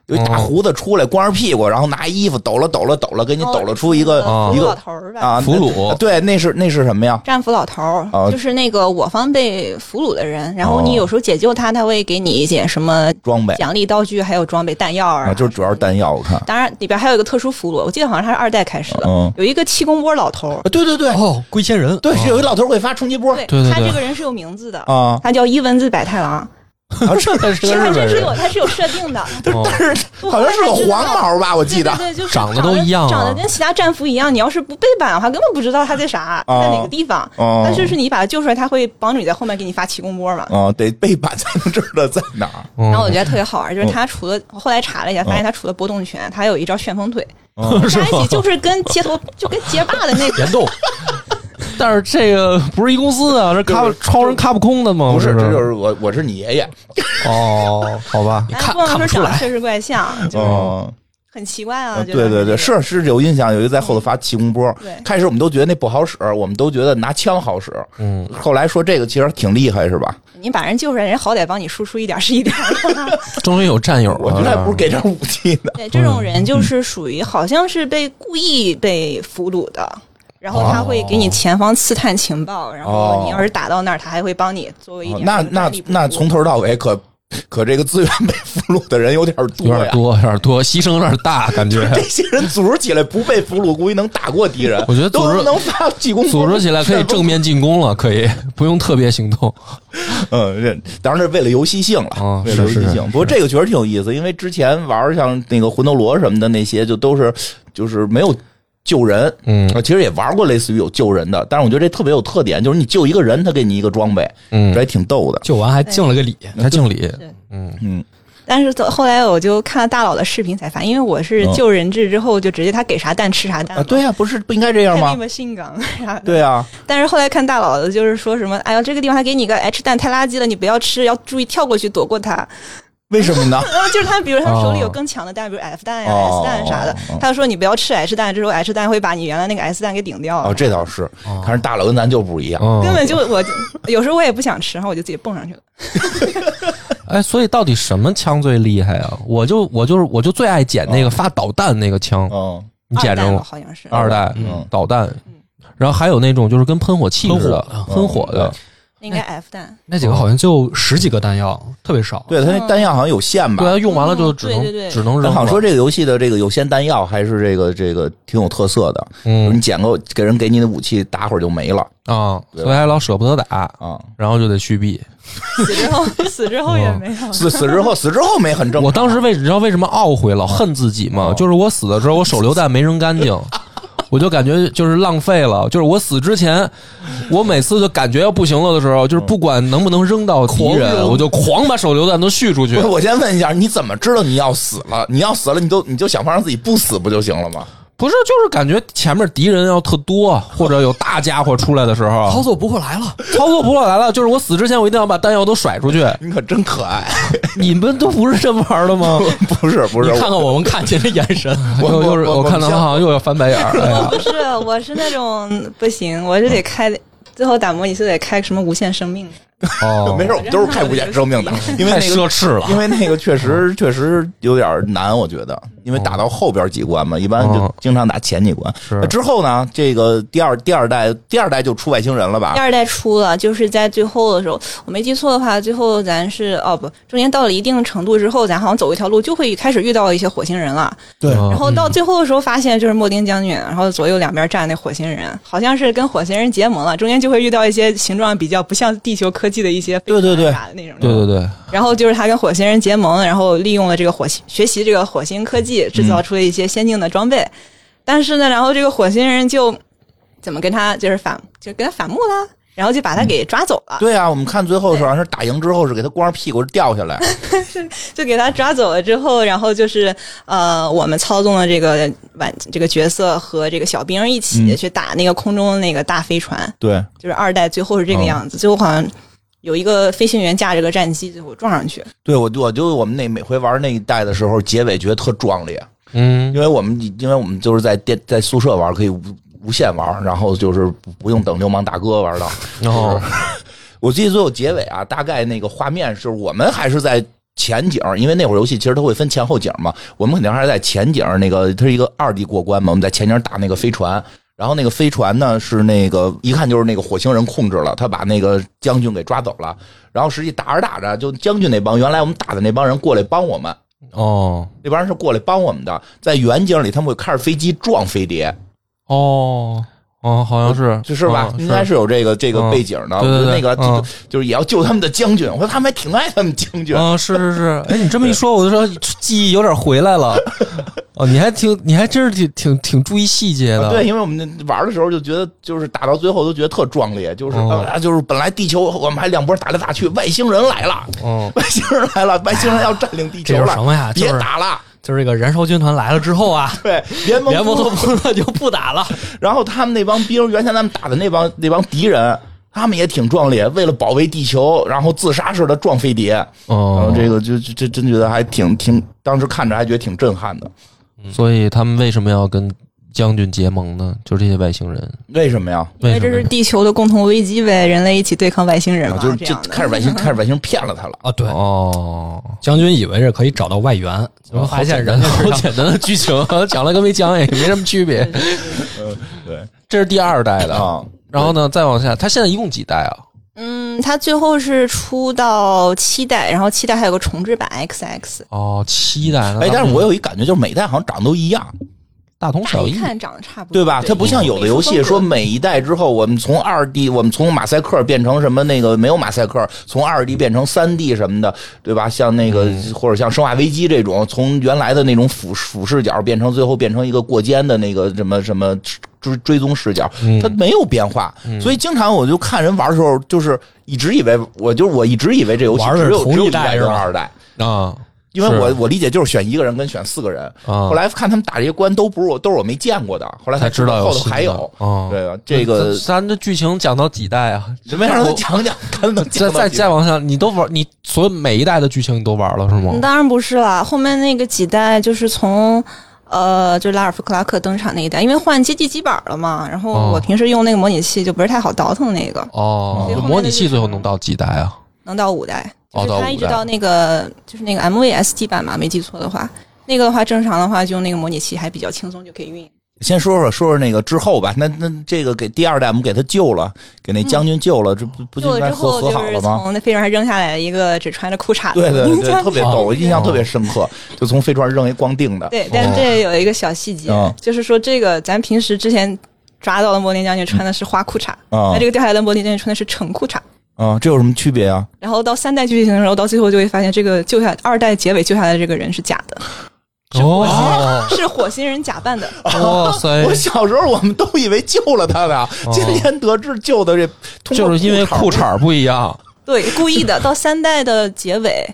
有一
哦
大胡子出来，光着屁股，然后拿衣服抖了抖了抖了，给你抖了出一个、
哦
一
俘虏老
个
头儿吧，
啊
俘虏
那对，那是那是什么呀？
战俘老头儿
哦，
就是那个我方被俘虏的人，然后
哦
你有时候解救他，他会给你一些什么
装备
奖励道具，还有装备弹药啊
啊，就是主要是弹药，我看。
当然，里边还有一个特殊俘虏，我记得好像他是二代开始的，
嗯
有一个气功波老头儿，
啊对
<laughs>
对对，
哦，龟仙人，
对，是有一老头会发冲击波
对对
他
对
这个人是有名字的，
啊，
他叫伊文字百太郎，
这个是
其
个
实
日
他
本
这是有
人，
他是有设定的，
但是
我
好像是个
后来才知道
黄毛吧，我
哦对
记得
对对就是
长得都一样啊
长得跟其他战俘一样。你要是不背板的话，根本不知道他在啥，
哦
在哪个地方。
哦
但是是你把他救出来，他会帮助你在后面给你发气功波嘛。
啊，得背板才能知道在哪儿。
嗯
然后我觉得特别好玩，就是他除了我后来查了一下，发现他除了波动拳，他还有一招旋风腿，加一起就是跟街头就跟街霸的
<laughs>
那个
岩斗，
但是这个不是一公司
啊
的，这卡普超人卡普空的吗？
不哦是，
不
这就是我，我是你爷爷。
哦，好吧，
哎
看
不能
看不
说
出
长得
来
确实怪像，就是
哦，呃
很奇怪啊。就
对对对，
是
是是有印象，有一个在后头发气功波
对。
开始我们都觉得那不好使，我们都觉得拿枪好使。
嗯，
后来说这个其实挺厉害，是吧？
你把人救出来，人好歹帮你输出一点是一点儿。
终于有战友了。啊
我觉得还不是给点武器呢。
对，这种人就是属于好像是被故意被俘虏的，然后他会给你前方刺探情报，然后你要是打到那儿，他还会帮你作为一
哦
点
那
战
那
力补
那
足
从头到尾可可这个资源被俘虏的人有点多
有
呀，
点多，有点多，牺牲有点大，感觉。
这些人组织起来不被俘虏，估计能打过敌人。
我觉得组
都
织
能发进攻，
<laughs> 组织起来可以正。面进攻了，可以 <laughs> 不用特别行动。
<laughs> 嗯，这当然是为了游戏性了，
啊
为了游戏
是是
性。不过这个确实挺有意思，因为之前玩像那个魂斗罗什么的那些，就都是就是没有。救人，
嗯
啊，其实也玩过类似于有救人的，但是我觉得这特别有特点，就是你救一个人，他给你一个装备，
嗯
这还挺逗的。
救完还敬了个礼，
他敬礼，
嗯，
但是走后来我就看了大佬的视频才发现，因为我是
嗯
救人质之后就直接他给啥蛋吃啥蛋
啊，对呀、不是不应该这样
那
吗？
么性感 <laughs> 啥的。
对呀、
但是后来看大佬的，就是说什么，哎呀，这个地方他给你个 H 蛋太垃圾了，你不要吃，要注意跳过去躲过它。
为什么
<laughs>
呢？
然后就是他，比如他手里有
哦
更强的蛋，比如 F 蛋呀、
哦
S 蛋啥的
哦，
他就说你不要吃 H 蛋，这时候 H 蛋会把你原来那个 S 蛋给顶掉
哦，
了。
这倒哦是，看是大佬跟咱就不一样。
嗯
根本就我有时候我也不想吃，然后我就自己蹦上去了。
哎，所以到底什么枪最厉害啊？我就我就是我就最爱捡
哦
那个发导弹那个枪，
嗯，
你捡着
二代吧
过？
好像是
二代
嗯
导弹，然后还有那种就是跟喷火器似的
哦
喷火的，
喷火的，
那应该 F 弹，
那几个好像就十几个弹药，特别少。
对，它那弹药好像有限吧
对？啊，用完了就只能
嗯对对对
只能
但
扔
好像
了。
说这个游戏的这个有限弹药还是这个这个挺有特色的，你
嗯
捡个给人给你的武器，打会儿就没了
啊，
对
所以还老舍不得打，
啊。
然后就得续币。
死之后死之后也没有。
哦死死之后，死之后没很正常。
我当时为你知道为什么懊悔老恨自己吗？
哦
就是我死的时候，我手榴弹没扔干
<laughs>
净，我就感觉就是浪费了。就是我死之
<laughs>
前，我每次就感觉要不行了的时候，就是
嗯
不管能不能扔到敌人，我就狂把手榴弹都续出去
不是，。我先问一下，你怎么知道你要死了？你要死了，你都你就想法让自己不死不就行了吗？
不是，就是感觉前面敌人要特多，或者有大家伙出来的时候，
操作不过来了，
操作不过来了。就是我死之前，我一定要把弹药都甩出去。
<laughs> 你可真可爱， <laughs>
你们都不是这么玩的吗？
不是不
你
是，
看看我们看见的眼神，
<laughs>
我
又
我
又是
我
我看到他好像又要翻白眼
<laughs>
儿。哎呀
我不是，我是那种不行，我是得开，最后打模拟是得开什么无限生命。
啊
哦
没事，我们都是开无限
<laughs>
生命的，因为
太
那
哎奢
个。
侈了。
因为那个确实确实有点难，我觉得，因为打到后边几关嘛，一般就
嗯
经常打前几关。
是
之后呢，这个第二第二代第二代就出外星人了吧
第？二代出了，就是在最后的时候，我没记错的话，最后咱是哦不，中间到了一定程度之后，咱好像走一条路就会开始遇到一些火星人了。
对
嗯
然后到最后的时候，发现就是莫丁将军，然后左右两边站那火星人，好像是跟火星人结盟了。中间就会遇到一些形状比较不像地球科技的一些
对对对
法的那种。
对对对，
然后就是他跟火星人结盟，然后利用了这个火星学习这个火星科技，制造出了一些先进的装备。但是呢，然后这个火星人就怎么跟他就是反，就跟他反目了，然后就把他给抓走了，
对啊，我们看最后的时候好像是打赢之后是给他光着屁股掉下来，
就给他抓走了之后，然后就是呃，我们操纵了这个晚这个角色和这个小兵一起
嗯
去打那个空中的那个大飞船，
对，
就是二代最后是这个样子，最后好像。有一个飞行员驾着个战机，最后撞上去，
对，我就我就我们那每回玩那一代的时候，结尾觉得特壮烈，
嗯
因为我们因为我们就是在电在宿舍玩，可以无无限玩，然后就是不不用等流氓大哥玩到。
然后
<laughs> 我记得最后结尾啊，大概那个画面是我们还是在。前景，因为那会儿游戏其实它会分前后景嘛，我们肯定还是在前景。那个它是一个二 D 过关嘛，我们在前景打那个飞船，然后那个飞船呢是那个一看就是那个火星人控制了，他把那个将军给抓走了。然后实际打着打着，就将军那帮原来我们打的那帮人过来帮我们，
哦
那帮人是过来帮我们的，在远景里他们会开着飞机撞飞碟，
哦哦，好像是
就是吧？
嗯
应该
是
是有这个这个
嗯
背景的。
对对
我觉得
对
那个就、
嗯
就是也要救他们的将军，我说他们还挺爱他们将军。
啊，是是是。哎，你这么一说，我就说记忆有点回来
<laughs>
了。哦，你还挺，你还真是挺挺挺注意细节的。
啊对，因为我们那玩的时候就觉得，就是打到最后都觉得特壮烈，就是、
嗯
啊，就是本来地球我们还两波打来打去，外星人来了， <laughs>
嗯，
外星人来了，外星人要占领地
这
球
是
了，
什么呀？就
别
是
打了，
就是这个燃烧军团来了之后
<laughs>
啊，
对，联盟
联盟
不
都不那就不打了，
然后他们那帮兵，原先他们打的那帮那帮敌人，他们也挺壮烈，为了保卫地球，然后自杀式的撞飞碟，然后
哦，
这个就就就真觉得还挺挺，当时看着还觉得挺震撼的。
所以他们为什么要跟将军结盟呢？就这些外星人，
为什么呀？啊
因
为
为
什
这
么
是
呀？
地球的共同危机呗，人类一起对抗外星人嘛，
就是
这
就
样的。
开始外星开始外星人骗了他了。
<laughs> 啊，对，
哦，
将军以为是可以找到外援，结果发现人家
好
是
<laughs>
简单的剧情，讲了跟没讲也没什么区别。
对
这是第二代的，
啊，
然后呢，再往下，他现在一共几代啊？
嗯，它最后是出到七代，然后七代还有个重置版 XX，
哦，七代。
哎，但是我有一感觉，就是每代好像长得都一样，
大同
乍
小
一
异，啊
看长得差不多，
对吧？它不像有的游戏说
美术风格
每一代之后，我们从二 D，我们从马赛克变成什么那个没有马赛克，从二 D 变成三 D 什么的，对吧？像那个、
嗯
或者像《生化危机》这种，从原来的那种俯俯视角变成最后变成一个过肩的那个什么什么追追踪视角，
嗯
它没有变化。所以经常我就看人玩的时候，就是一直以为我就是我一直以为这游戏
玩的
只
是
有
同
只有
一
一
代
代
是
跟
吧
二代。
啊，
因为
是
我我理解就是选一个人跟选四个人，
啊
后来看他们打这些关都不是我都是我没见过的，后来
才知道
后头
新的
还有，
哦
对吧？这个
咱咱这剧情讲到几代啊？
什么让他讲讲，看能
再再再往下，你都玩，你所有每一代的剧情你都玩了是
嗯
吗？
当然不是啦，后面那个几代就是从。呃，就拉尔夫·克拉克登场那一代，因为换街机基板了嘛，然后
哦
我平时用那个模拟器就不是太好倒腾那个，
哦
对，后面的
模拟器
剧情
最后能到几代啊？
能到五代，
哦
就是
到
它
五
一直
代
到那个就是那个 MVSD 版嘛，没记错的话，那个的话正常的话就用那个模拟器还比较轻松就可以运，
先说说说说那个之后吧，那那这个给第二代我们给他救了，给那将军救了，这不不就
救
应
了
该
之
和
后
和好
就是
了吗？
从那飞船上扔下来的一个只穿着裤衩
<laughs> 对
的
对
民
对，
间
特别
人
逗，
物
我印象特别深刻，就从飞船扔一光腚的，
对，但这有一个小细节
啊嗯，
就是说这个咱平时之前抓到的摩天将军穿的是花裤衩，
啊
那这个掉下来的摩天将军穿的是橙裤衩。
啊，这有什么区别啊？
然后到三代剧情的时候，到最后就会发现，这个救下二代结尾救下来的这个人是假的，
<laughs>
哦，
<laughs> 是火星人假扮的。
哇塞
我小时候我们都以为救了他 <laughs> 呢，今天得知救的这通过
就是因为裤
裤衩
衩不一样，
<laughs> 对，故意的。到三代的结尾，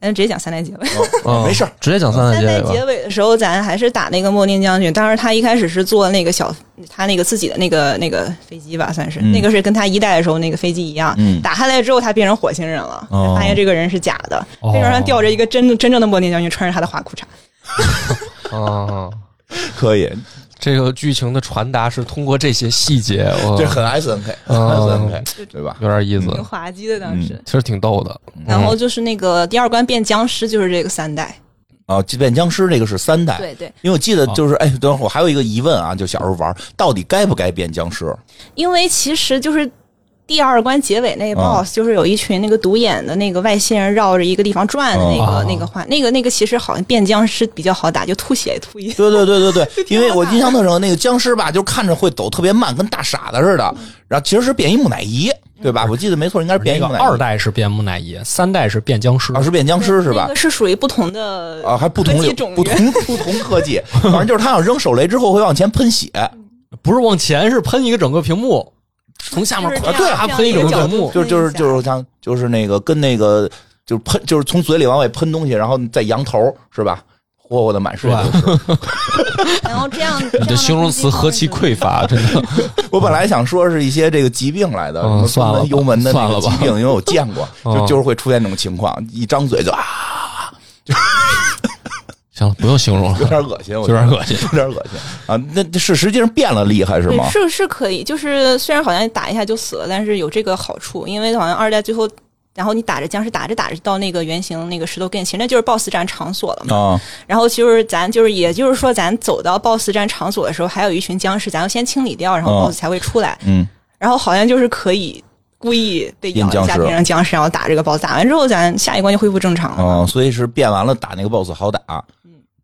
嗯，直接讲三代结
<laughs>
尾。
嗯，
<laughs> 没事儿
直接讲三代
三代
结
结
尾吧。
尾的时候，咱还是打那个莫念将军。当时他一开始是坐那个小，他那个自己的那个那个飞机吧，算是、
嗯
那个是跟他一代的时候那个飞机一样。
嗯
打下来之后，他变成火星人了，
哦
发现这个人是假的。
哦
飞船上吊着一个真真正的莫念将军，穿着他的花裤衩。
啊，
可以，
这个剧情的传达是通过这些细节，我
这很 S N K
嗯
S N K 对吧？
有点意
挺
思，
滑稽的当时。
嗯
其实挺逗的。
然后就是那个第二关变僵尸，就是这个三代。
啊，即便僵尸这个是三代，
对对，
因为我记得
哦
就是，哎，等会儿我还有一个疑问啊，就小时候玩，到底该不该变僵尸？
因为其实就是第二关结尾那个
啊
BOSS，、就是有一群那个独眼的那个外星人绕着一个地方转的那个、
哦
啊
那个话，那个那个其实好像变僵尸比较好打，就吐血吐一。
<laughs> 对对对对
<laughs>
对，因为我印象特深，那个僵尸吧，就看着会走特别慢，跟大傻子似的，
嗯
然后其实是变一木乃伊，对吧？我记得没错，应该是变
那
一
个
木乃伊。
二代是变木乃伊，三代是变僵尸
啊，。是变僵尸是
那
吧
个？是属于不同的
啊，还不同
科技
流
种
不同不同科
<laughs>
技，反正就是他要扔手雷之后会往前喷血，
不是往前，是喷一个整个屏幕，从下面
就是
啊
咵
这
咵
样这样
喷一
一个
整个
角
屏
度
幕。
就是就是
喷
就是
一下
像就是那个跟那个就是喷就是从嘴里往外喷东西，然后再扬头是吧？霍霍的满世界都是。
然后这样，
你的形容词何其匮乏，真的。
我本来想说是一些这个疾病来的，
嗯
什么
算了吧
幽门的那个疾病，
算
因为我见过，
嗯
就就是会出现这种情况，一张嘴
<laughs>
就啊，
行了，不用形容了，
有点恶心，我
有
觉得
点恶心。
有点恶心啊！那那是实际上变了厉害是
对
吗？
是是可以，就是虽然好像打一下就死了，但是有这个好处，因为好像二代最后，然后你打着僵尸打着打着到那个原型那个石头跟前，那就是 BOSS 战场所了嘛。
啊，
然后就是咱就是也就是说，咱走到 BOSS 战场所的时候，还有一群僵尸，咱要先清理掉，然后
嗯
BOSS 才会出来。
嗯，
然后好像就是可以故意被
变
咬一
僵
下，
尸
变成僵尸，然后打这个 BOSS，打完之后，咱下一关就恢复正常了。
哦，所以是变完了打那个 BOSS 好打，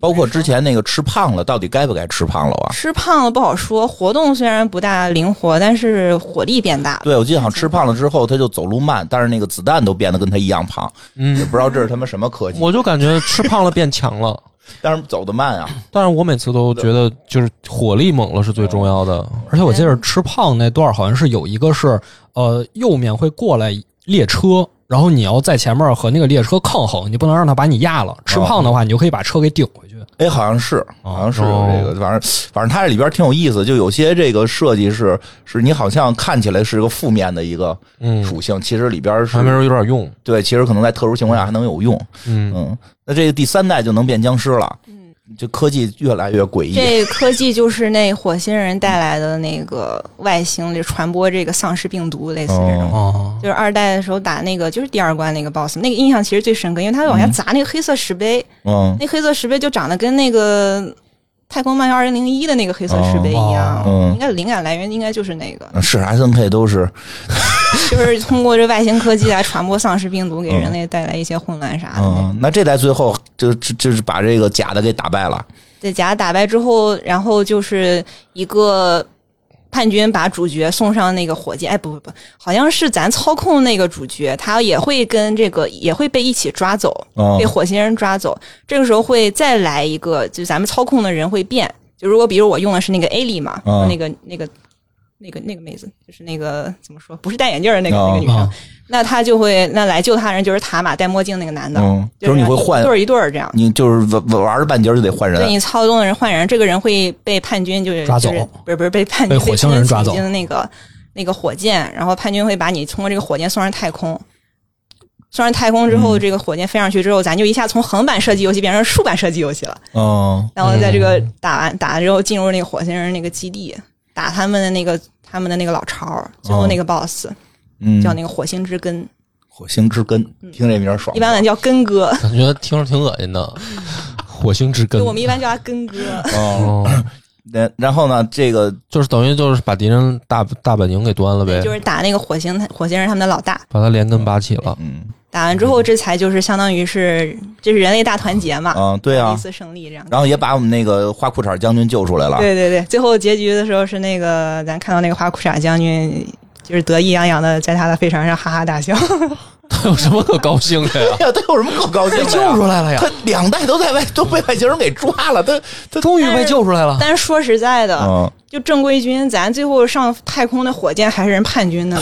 包括之前那个吃胖了，到底该不该吃胖了啊？
吃胖了不好说，活动虽然不大灵活，但是火力变大了。
对，我记得好像吃胖了之后，他就走路慢，但是那个子弹都变得跟他一样胖， <laughs> 也
嗯，
不知道这是他妈什么科技，
我就感觉吃胖了变强了，
但是走得慢啊，
但是我每次都觉得就是火力猛了是最重要的。
而且我记得吃胖那段好像是有一个是，呃，右面会过来列车，然后你要在前面和那个列车抗衡，你不能让它把你压了。吃胖的话，你就可以把车给顶回去。
哎，好像是，
哦
好像是有这个，反正反正它这里边挺有意思，就有些这个设计是是你好像看起来是个负面的一个
嗯，
属性，其实里边
还没
是
说有点用。
对，其实可能在特殊情况下还能有用。
嗯，
嗯，那这个第三代就能变僵尸了，
嗯，
这科技越来越诡异。
这科技就是那火星人带来的那个外星里传播这个丧尸病毒，类似这种。
哦
哦，
就是二代的时候打那个，就是第二关那个 boss，那个印象其实最深刻，因为他往下砸那个黑色石碑，
嗯
那黑色石碑就长得跟那个《太空漫游二零零一》的那个黑色石碑一样，
嗯
应该灵感来源应该就是那个，
是 S N K 都是
就是通过这外星科技来传播丧尸病毒，给人类带来一些混乱啥的。
嗯，那这代最后就就就是把这个假的给打败了，
在甲打败之后，然后就是一个。叛军把主角送上那个火箭，哎，不不不，好像是咱操控那个主角，他也会跟这个也会被一起抓走，
嗯
被火星人抓走。这个时候会再来一个，就是咱们操控的人会变。就如果比如我用的是那个 A 莉嘛，
嗯
那个那个那个那个妹子，就是那个怎么说，不是戴眼镜的那个、
哦
那个女生
哦，
那她就会那来救她的人就是塔玛戴墨镜那个男的，
嗯，就是你会换
一对，儿一对儿这样。
你就是玩玩着半截儿就得换人
对，你操纵的人换人，这个人会被叛军就是
抓走
就是不是不是被叛军
被火星人抓走
被叛军那个那个火箭，然后叛军会把你通过这个火箭送上太空。送上太空之
嗯
后，这个火箭飞上去之后，咱就一下从横版射击游戏变成竖版射击游戏了。
嗯
然后在这个打完打完之后，进入那个火星人那个基地，打他们的那个他们的那个老巢儿，最
哦
后那个 BOSS、
嗯，
叫那个火星之根，
火星之根，听这名儿爽。
一般的叫根哥，
感觉听着挺恶心的，火星之根
就我。们一般叫他根哥。
哦，
哦，
然然后呢，这个
就是等于就是把敌人大大本营给端了呗，
就是打那个火星，火星人他们的老大。
把他连根拔起
<laughs>
了。
嗯
打完之后，这才就是相当于是这是人类大团结嘛，
嗯，对
一
啊，
次胜利这样。
然后也把我们那个花裤衩将军救出来了。
对对对，最后结局的时候是那个咱看到那个花裤衩将军，就是得意洋洋的在他的飞船上哈哈大笑。
哦
他有什么可
哦
高兴
啊
的呀？
哎呀，他有什么可高兴
<laughs> 被
的呀？
救出来了呀
他！两代都在外 <laughs> 都被外星人给抓了，他他
终于被救出来了。
但是说实在的，
嗯，
就正规军，咱最后上太空的火箭还是人叛军呢。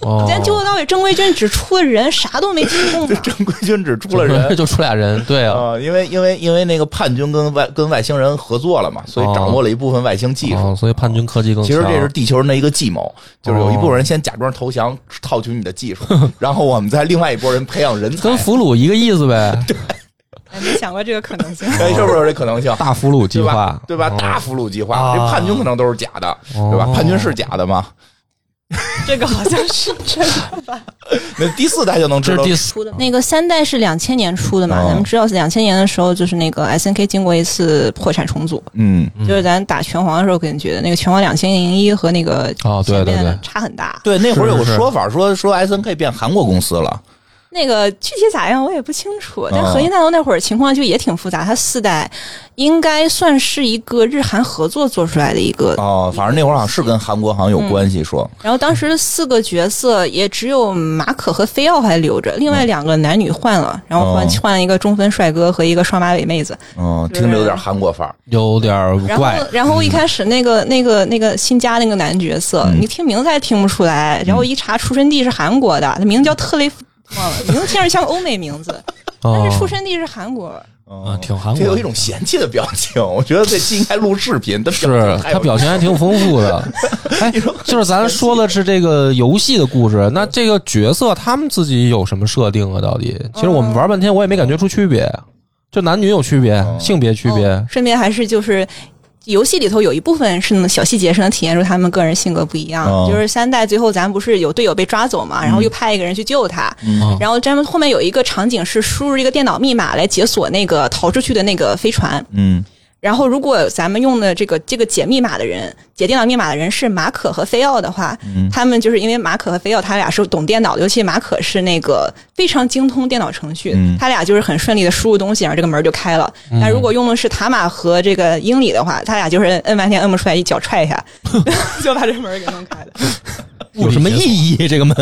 哦
咱救到尾，正规军只出了人，啥都没提供
这
嘛。
正规军只出了人。
<laughs> 就出俩人，对啊。
啊、因为因为因为那个叛军跟外跟外星人合作了嘛，所以
哦
掌握了一部分外星技术。
哦，所以叛军科技更
其实
强
这是地球人的一个计谋，就是有一部分人先假装投降，套取你的
<laughs>
技术，然后我们再另外一拨人培养人才
跟。俘虏一个意思呗，
<laughs>
哎没想过这个可能性。
哎，是不是有这可能性？
大俘虏计
对
划
吧？，对吧？
哦
大俘虏计划，
啊
这叛军可能都是假的，对吧？
哦
叛军是假的嘛？
这个好像是真的吧？
那第四代就能
这
知
是
道
第四
出的那个三代是两千年出的嘛？
哦
咱们知道两千年的时候，就是那个 S N K 经过一次破产重组，
嗯，
就是咱打拳皇的时候，感觉那个拳皇两千零一和那个
哦，对
前
对
面的
啊
对，
差很大。
对，那会儿有个
是是
说法说说 S N K 变韩国公司了，
那个具体咋样我也不清楚，但
哦
核心大楼那会儿情况就也挺复杂。它四代应该算是一个日韩合作做出来的一个，
哦，反正那会儿好像是跟韩国好像有关系，说
然后当时四个角色也只有马可和菲奥还留着，另外两个男女换了，然后换
哦
换了一个中分帅哥和一个双马尾妹子。
嗯，
就是
听着有点韩国范儿，
有点儿
然后
怪，嗯
然后一开始那个那个那个新加那个男角色，
嗯
你听名字还听不出来，
嗯
然后一查出生地是韩国的，他名字叫特雷弗，忘了名字听着像欧美名字，
哦
但是出生地是韩国。
嗯
啊，挺韩
哦这
国
有
的
一种嫌弃的表情， <laughs> 我觉得这期应该录视频，他表
是
情太有
他表情还挺丰富的。哎，就是咱说的是这个游戏的故事，那这个角色他们自己有什么设定啊？到底？其实我们玩半天，我也没感觉出区别，就男女有区别，性别区别
哦。顺便还是就是。游戏里头有一部分是那么小细节是能体现出他们个人性格不一样，
哦
就是三代最后咱不是有队友被抓走嘛，然后又派一个人去救他，
嗯
然后咱们后面有一个场景是输入一个电脑密码来解锁那个逃出去的那个飞船，
嗯
然后如果咱们用的这个这个解密码的人解电脑密码的人是马可和菲奥的话，
嗯
他们就是因为马可和菲奥他俩是懂电脑的，尤其马可是那个非常精通电脑程序，
嗯
他俩就是很顺利的输入东西，然后这个门儿就开了。但如果用的是塔玛和这个英里的话，他俩就是摁半天摁不出来，一脚踹
<laughs>
一下就把这门儿给弄开了。
有什么意义？这个门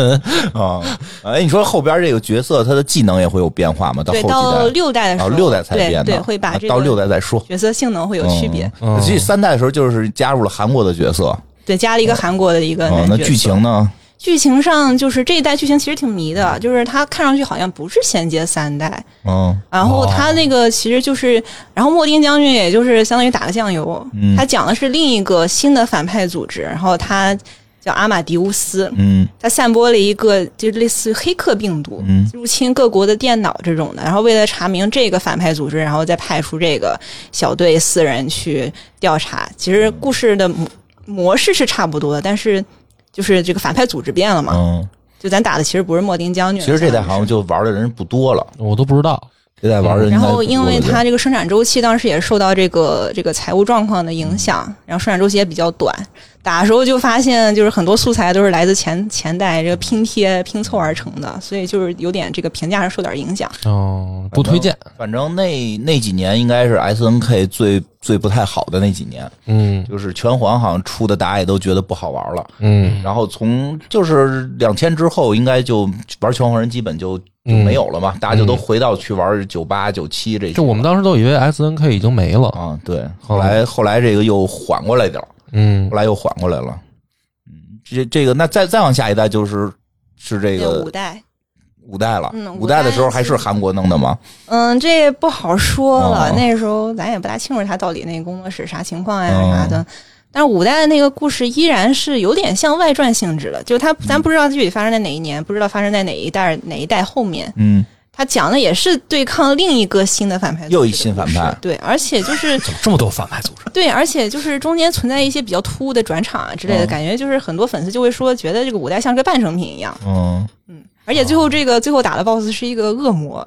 啊，哎，你说后边这个角色他的技能也会有变化 <laughs> 吗？到后
对，
几
到
代
六代的时
啊，
候，
六代才变的，
对对，会把
啊
这个
到六代再说。
角色性能会有区别。
嗯，其实三代的时候就是加入了韩国的角色，
对，加了一个韩国的一个
啊，
男
那
角
剧
色
情呢？
剧情上就是这一代剧情其实挺迷的，就是它看上去好像不是衔接三代，
嗯
然后它那个其实就是，然后莫丁将军也就是相当于打个酱油，
嗯
他讲的是另一个新的反派组织，然后他叫阿马迪乌斯，
嗯
他散播了一个就是类似于黑客病毒，
嗯
入侵各国的电脑这种的，然后为了查明这个反派组织，然后再派出这个小队四人去调查。其实故事的模模式是差不多的，但是就是这个反派组织变了嘛，
嗯，
就咱打的其实不是莫丁将军，
其实这代
相
好
当
像
于是。
就玩的人不多了，
我都不知道。
这代玩的人
嗯然
应该不
后，
多了
因为它这个生产周期当时也受到这个这个财务状况的影响，
嗯
然后生产周期也比较短，打的时候就发现就是很多素材都是来自前前代这个拼贴拼凑而成的，所以就是有点这个评价上受点影响。
嗯，不推荐。
反正那那几年应该是 S N K 最最不太好的那几年，
嗯
就是拳皇好像出的大家也都觉得不好玩了。
嗯，
然后从就是两千之后，应该就玩拳皇人基本就就没有了嘛，大家就都回到去玩九八九七这些。
就我们当时都以为 S N K 已经没了。
啊，对，后来后来这个又缓过来点儿，
嗯
后，来又缓过来了。嗯，这这个那再再往下一代就是是这
对
个
五代，
五代了
嗯，
五代的时候还是
五代
韩国弄的吗？
嗯，这也不好说了。
哦
那时候咱也不大清楚他到底那个工作室啥情况呀、
哦
啥的。但是五代的那个故事依然是有点像外传性质的，就它咱
嗯
不知道具体发生在哪一年，不知道发生在哪一代哪一代后面。
嗯，
它讲的也是对抗另一个新的反派组织的
又
故事，
一新反派
对，而且
<laughs>
就是
怎么这么多反派组织？
对，而且就是中间存在一些比较突兀的转场啊之类的、
嗯
感觉，就是很多粉丝就会说，觉得这个五代像是个半成品一样。
嗯， <laughs>
而且最后这个最后打的 BOSS 是一个恶魔，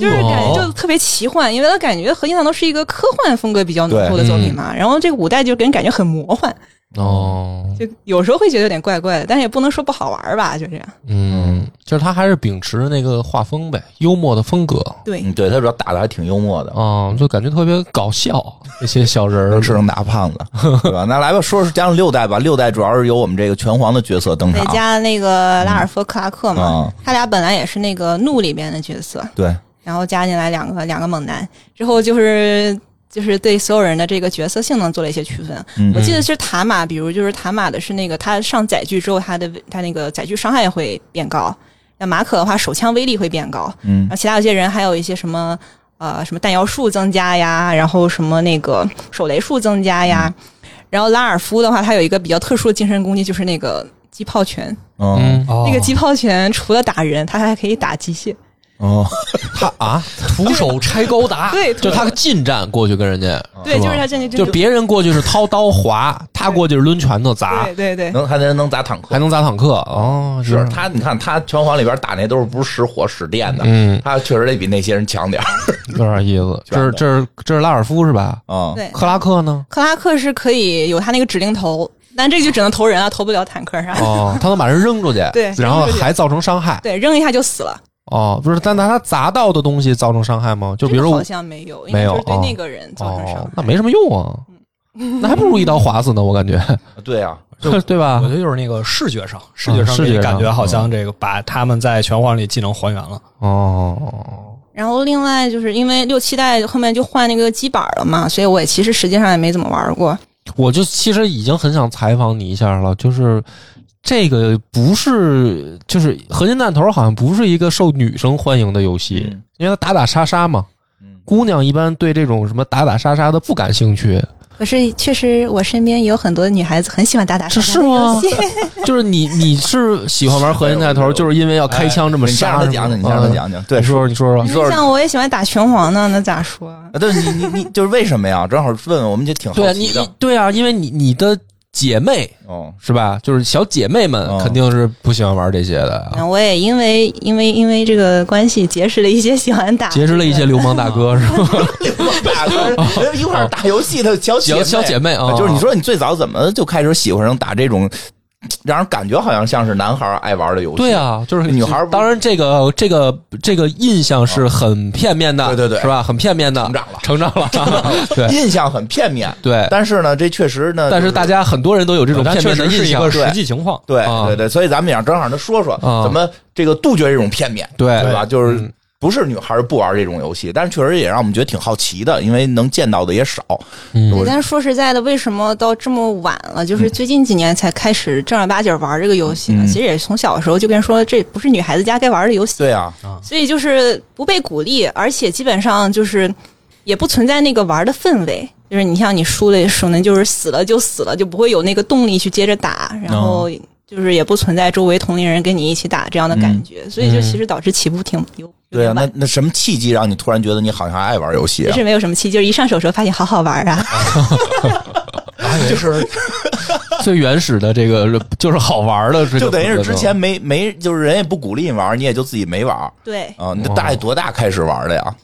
就是感觉就特别奇幻，因为他感觉《合金弹头》是一个科幻风格比较浓厚的作品
嗯
嘛。然后这个五代就给人感觉很魔幻，
哦，
就有时候会觉得有点怪怪的，但是也不能说不好玩吧，就这样。
嗯，就是他还是秉持那个画风呗，幽默的风格，
对，
嗯，对他主要打的还挺幽默的，
啊、就感觉特别搞笑，那些小人
能
儿
吃能打胖 <laughs> 子，对吧？那来吧，说说讲讲六代吧。六代主要是由我们这个拳皇的角色登
再
场，
加那个拉尔夫·克拉克嘛
嗯，
他俩本来也是那个怒里边的角色，
对，
然后加进来两个两个猛男，之后就是就是对所有人的这个角色性能做了一些区分。
嗯
我记得是塔玛，比如就是塔玛的是那个他上载具之后，他的他那个载具伤害会变高。那马可的话，手枪威力会变高。
嗯
然后其他有些人还有一些什么呃什么弹药数增加呀，然后什么那个手雷数增加呀。然后拉尔夫的话，他有一个比较特殊的精神攻击，就是那个击炮拳。
嗯
嗯，
哦
那个击炮拳除了打人，他还可以打机械。
哦，
他啊，徒手拆高达，
对
就他近战过去跟人家，
对，就是
吧
他这里
就别人过去是掏刀划，他过去是抡拳头砸
对，对对，
能还能能砸坦克
还，能砸坦克哦，
是他，你看他拳皇里边打那都是不是使火使电的，
嗯，
他确实得比那些人强点儿
有点意思。
拳
这
头
是这是这是拉尔夫是吧？
啊。
对，
克拉克呢？
克拉克是可以有他那个指令投，但这个就只能投人啊，投不了坦克啥。
哦，他能把人扔出去，
对
然后
扔出去
还造成伤害。
<laughs> 对，扔一下就死了。
哦，不是，但拿他砸到的东西造成伤害吗？就比
这
如
个
说
好像没有，应
没
该
有
就是对
哦
那个人造成
哦
伤害，。嗯
那没什么用啊，那还不如一刀划死呢，我感觉，
对啊，
<laughs> 对吧
我？觉得就是那个视觉上，视觉
嗯
上
视
给
觉
你感
上
觉好像这个把他们在拳皇里技能还原了。
哦，
然后另外就是因为六七代后面就换那个基板了嘛，所以我也其实实际上也没怎么玩过。
我就其实已经很想采访你一下了，就是这个不是，就是合金弹头好像不是一个受女生欢迎的游戏，
嗯
因为它打打杀杀嘛，
嗯
姑娘一般对这种什么打打杀杀的不感兴趣。
可是确实我身边也有很多女孩子很喜欢打打杀杀
这
的
是吗
游戏。
就是你，你是喜欢玩合金弹头，就是因为要开枪这么
哎你先
杀
让
是
他
吗？
讲讲，你先让他讲讲。
嗯，
对，
你说说，你说说
<laughs>
你，说
像我也喜欢打拳皇呢，那咋说？
呃
啊，对你你你就是为什么呀？正好问问，我们就挺好
对啊，你
奇的。
对啊，因为你你的姐妹
<laughs> 哦，
是吧？就是小姐妹们
嗯
肯定是不喜欢玩这些的，
那我也因为因为因为这个关系结识了一些喜欢打
结识了一些流氓大
<laughs>
哥是吧？
大哥，一块儿打游戏的小姐
哦小
妹
小姐妹啊，
就是你说你最早怎么就开始喜欢上打这种，让人感觉好像像是男孩爱玩的游戏？
对，啊，就是
女孩儿不啊
当然，这个这个这个印象是很片面的，
对对对
是吧？很片面的，
成长了
成长了，对
印象很片面。
<laughs> 对。
但是呢，这确实呢，
但是大家很多人都有这种
但
片
确
面的
实
印
是一
象
个，
对
实际情况。
对
啊
对对，所以咱们想正好他说说
啊
怎么这个杜绝这种片面，
对
对吧？就是
嗯
不是女孩不玩这种游戏，但是确实也让我们觉得挺好奇的，因为能见到的也少。
嗯
对，但是说实在的，为什么到这么晚了，就是最近几年才开始正儿八经玩这个游戏呢？
嗯
其实也从小的时候就跟人说，这不是女孩子家该玩的游戏，
对啊，
所以就是不被鼓励，而且基本上就是也不存在那个玩的氛围。就是你像你输了，可能就是死了就死了，就不会有那个动力去接着打，然
哦
后就是也不存在周围同龄人跟你一起打这样的感觉，所以就其实导致起步挺有有
嗯对啊
点，
那
晚。
那什么契机让你突然觉得你好像爱玩游戏
其
啊？
实没有什么期，就是一上手的时候发现好好玩啊，
就是
最原始的这个就是好玩的，这个
就等于是之前
活
没没，就是人也不鼓励你玩，你也就自己没玩啊。
对，
你这大概
哦
多大开始玩的呀？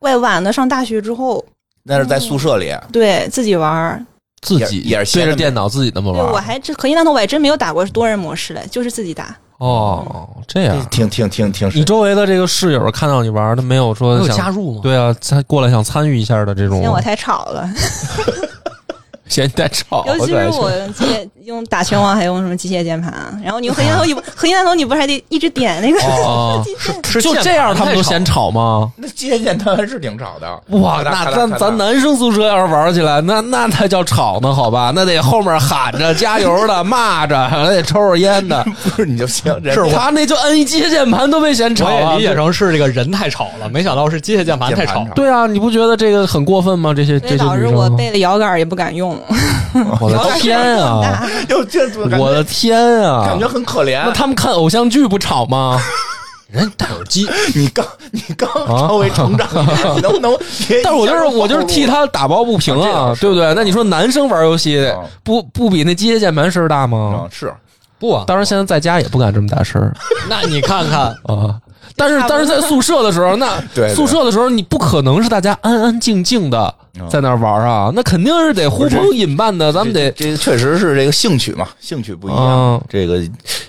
怪晚的上大学之后，
那是在宿舍里，
哦
对自己玩儿。
动自己
也
对
也是闲
着
着
电脑自己那么
对，我
玩
还这合金弹头我还真没有打过多人模式嘞，就是自己打。
哦，这样。
挺挺挺挺
你周围的这个室友看到你玩，他没有
还
说
有
想
加入吗？
对啊，他过来想参与一下的这种
因为，我太吵了，
嫌你太吵，
尤其是
对
我机械用打拳王还用什么机械键盘啊，然后你用合金弹头， <laughs> 你不合金弹头你不是还得一直点那个？ <laughs>
哦，
是
就
键
这样
盘
他们
太
都
吵
嫌吵吗？
那接见他还是挺吵的。
哇，那
咔嗒咔嗒
咱
咔嗒
咱男生宿舍要是玩起来，那那才叫吵呢，好吧？那得后面喊着加油的、骂着，还得抽着烟
<laughs>
的。
<laughs> 不是你就行，人家
他那就摁一机械键盘都被嫌吵
我也
啊！
理解成是这个人太吵了，没想到是机械键盘太吵
键盘。
对啊，你不觉得这个很过分吗？这些
所
这
以
些
导
女
致
生，
我背了摇杆也不敢用，
我
摇
的
杆
天啊！
就这种感觉
我的天啊！
感觉很可怜
那。他们看偶像剧不吵吗？
<laughs> 人戴耳机，
<laughs> 你刚你刚稍微成长，你能不能别？
<laughs> 啊但是我就是我就是替他打抱不平
啊这
啊
倒，是
对不对？那你说男生玩游戏
啊
哦
不不比那机械键盘声儿大吗
啊，？是
不啊，
当然，现在在家也不敢这么大声儿
那你看看，
啊，但是
差不
但是
多
在宿舍的时候，那
<laughs> 对对
宿舍的时候，你不可能是大家安安静静的
嗯
在那儿玩啊，那肯定是得呼朋引伴的，咱们得
这这确实是这个兴趣嘛，兴趣不一样，
嗯
这个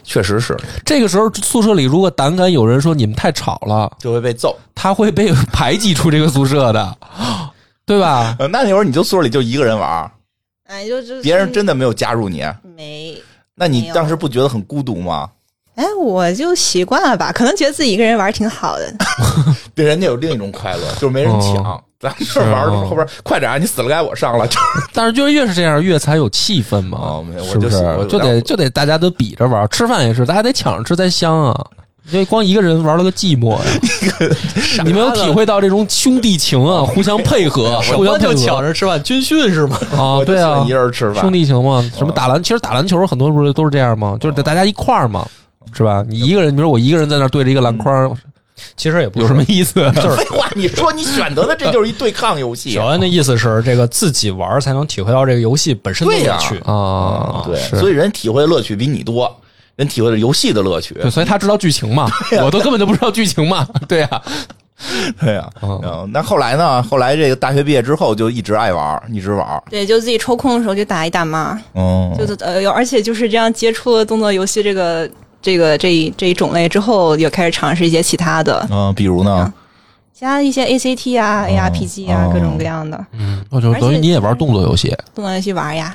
确实是
这个时候宿舍里如果胆敢有人说你们太吵了，
就会被揍。
他会被排挤出这个宿舍的， <laughs> 对吧？
呃，那那会儿你就宿舍里就一个人玩儿，
<laughs> 哎，就就
别人真的没有加入你，
没。
那
没
你
有
当时不觉得很孤独吗？
哎，我就习惯了吧，可能觉得自己一个人玩儿挺好的。 <laughs>
对，人家有另一种快乐，就是没人抢，
哦
咱这儿玩儿
是哦
后边儿快点啊，你死了该我上了。就是
但是就越是这样，越才有气氛嘛，
哦没有我
是不
就是我？
就
我
得就得大家都比着玩，吃饭也是，大家得抢着吃才香啊。因为光一个人玩了个寂寞
<laughs>
呀，你没有体会到这种兄弟情啊，互相配合，互相
<laughs> 我
配
就
合
抢着吃饭，军训是吗？
<laughs> 啊，
我就
对
喜
啊
欢一，人啊吃饭，
兄弟情嘛，什么打篮，其实打篮球很多不是都是这样
啊
吗？就是得大家一块儿嘛，是吧？你一个人，比如我一个人在那儿对着一个篮筐，
<laughs> 其实也不
有什么意思？啊
废话，你说你选择的这就是一对抗游
<laughs>
戏
小。恩的意思是，这个自己玩儿才能体会到这个游戏本身的
对呀
乐趣。
啊，
嗯对，
是
所以人体会的乐趣比你多，人体会的游戏的乐趣。
对，所以他知道剧
<laughs>
情嘛，
啊
我都根本就不知道剧情嘛，对啊，
对呀、
嗯
嗯，那后来呢？后来这个大学毕业之后就一直爱玩儿，一直玩儿。
对，就自己抽空的时候就打一打嘛，
哦
嗯
就是呃，而且就是这样接触了动作游戏这个这个这一这一种类之后，也开始尝试一些其他的，
嗯，比如呢？
其他一些 ACT 啊、ARPG 啊，
哦
各种各样的
我哦就
而且
等于你也玩动作游戏
动作游戏玩呀。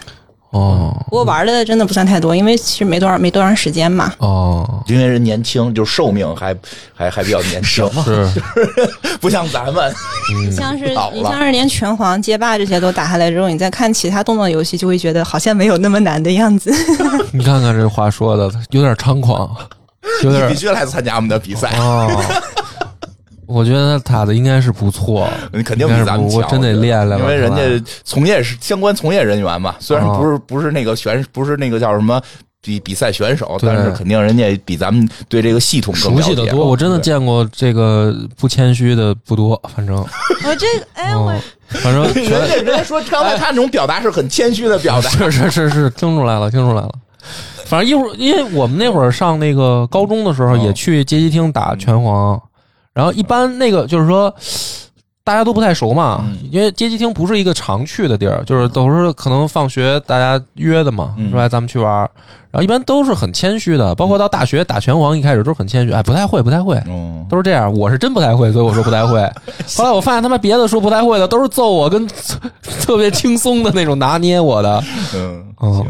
哦
不过玩的真的不算太多，因为其实没多少没多长时间嘛。
哦，
因为人年轻，就是寿命还还还比较年轻，
是
不像咱们。
像是
嗯老了
你像是连拳皇、街霸这些都打下来之后，你再看其他动作游戏，就会觉得好像没有那么难的样
<laughs>
子。
<laughs> 你看看这话说的有点猖狂，有
你
点
必须来参加我们的比赛，
哦。我觉得塔的应该是不错，
<laughs> 你肯定比咱们
我哦
强。
真得练练了
因为人
看来
家从业是相关从业人员嘛，虽然不是不是那个选，不是那个叫什么。比比赛选手，
对
但是肯定人家比咱们对这个系统更
熟悉得
了解 <laughs>
多
我真的
对
见过这个不谦虚的不多，反正，
我这个哎，我
哦
嗯，反正
人家人家说刚才他那种表达是很谦虚的表达，
<laughs> 哎是是是是，听出来了，听出来了。反正一会儿，因为我们那会儿上那个高中的时候，
嗯
也去街机厅打拳皇，然后一般那个就是说，大家都不太熟嘛，
嗯
因为街机厅不是一个常去的地儿，就是都是可能放学大家约的嘛，
嗯
说哎咱们去玩儿，然后一般都是很谦虚的，包括到大学打拳皇一开始都是很谦虚，哎不太会不太会，
<laughs> 嗯，
都是这样，我是真不太会，所以我说不太 <laughs> 会。后来我发现他妈别的说不太会的都是揍我，跟 <laughs> 特别轻松的那种拿捏我的。
嗯，
哦
行。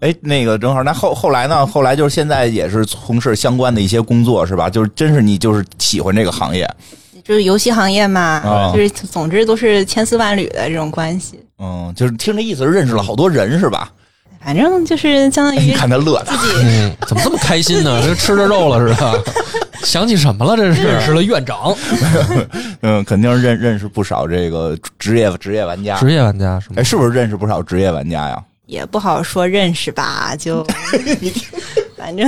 哎，那个正好，那后后来呢？后来就是现在也是从事相关的一些工作，是吧？就是真是你就是喜欢这个行业，
就是游戏行业嘛，
啊
就是总之都是千丝万缕的这种关系。
嗯，就是听这意思是认识了好多人，是吧？
反正就是相
<laughs>
当
哎你
于
看他乐的，
自己
嗯，怎么这么开心呢？跟吃着肉了似
<laughs>
的。想起什么了？这
认识
是
了院长，
嗯，肯定是认认识不少这个职业职业玩家。
<laughs> 职业玩家是吗
哎，？是不是认识不少职业玩家呀？
也不好说认识 <laughs> 吧，就反正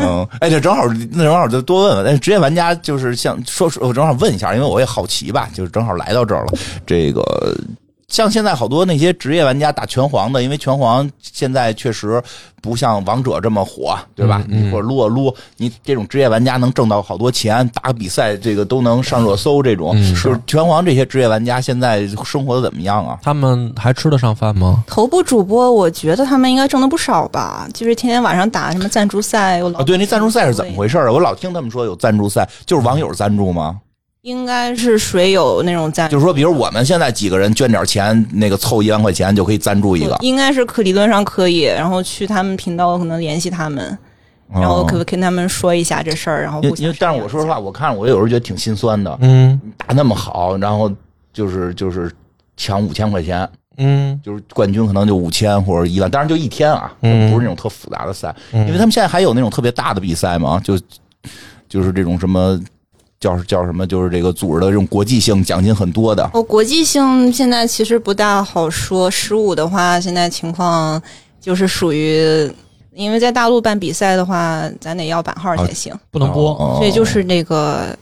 嗯，哎，这正好，那正好就多问问。哎，职业玩家就是像说，说我正好问一下，因为我也好奇吧，就是正好来到这儿了。这个像现在好多那些职业玩家打拳皇的，因为拳皇现在确实不像王者这么火，对吧？
嗯嗯
你或者撸啊撸，你这种职业玩家能挣到好多钱，打个比赛这个都能上热搜，这种、
嗯
就是拳皇这些职业玩家现在生活的怎么样啊？
他们还吃得上饭吗？
头部主播，我觉得他们应该挣的不少吧，就是天天晚上打什么赞助赛，有老
啊，对，那赞助赛是怎么回事啊？我老听他们说有赞助赛，就是网友赞助吗？
应该是谁有那种赞助
就是说，比如我们现在几个人捐点钱，那个凑一万块钱就可以赞助一个，
应该是可理论上可以，然后去他们频道可能联系他们，然后可不可以跟他们说一下这事儿，然后
嗯因
互
为哦因
相
为，但是我说实话，我看我有时候觉得挺心酸的，
嗯
打那么好，然后就是就是抢五千块钱，
嗯
就是冠军可能就五千或者一万，当然就一天啊，不
嗯
是那种特复杂的赛，
嗯
因为他们现在还有那种特别大的比赛嘛，就就是这种什么叫叫什么，就是这个组织的这种国际性奖金很多的，
哦，国际性现在其实不大好说。十五的话，现在情况就是属于，因为在大陆办比赛的话，咱得要版号才行，
不能播。
哦
所以就是那个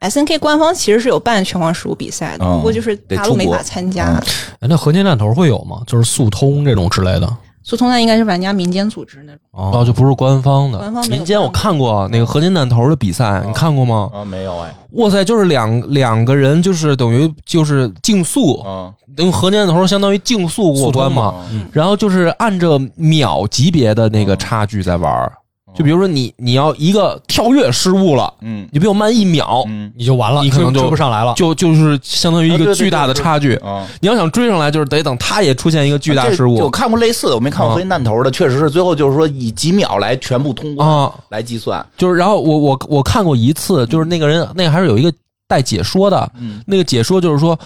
S N K 官方其实是有办全国十五比赛的，
嗯
不过就是大陆没法参加。
得出国
哎那合金弹头会有吗？就是速通这种之类的。
速通弹应该是玩家民间组织那种，
然后
哦，
就不是官方的。
官方没有
民间我看过那个合金弹头的比赛，你看过吗？
啊，没有哎，
哦哇塞，就是两两个人，就是等于就是竞速，
啊，
用合金弹头相当于竞速过关嘛。哦
啊
嗯
然后就是按照秒级别的那个差距在玩儿，就比如说你你要一个跳跃失误了，
嗯
你比我慢一秒，
嗯
你就完了，
你可能
追
就
追不上来了。
就就是相当于一
啊对
个
对对
巨大的差距。
啊，
你要想追上来，就是得等他也出现一个巨大失
这我
误
看过类似的，我没看过
啊
黑弹头的，确实是最后就是说以几秒来全部通关
啊。
来计算，
就是，然后我我我看过一次，就是那个人那个还是有一个带解说的，
嗯
那个解说就是说，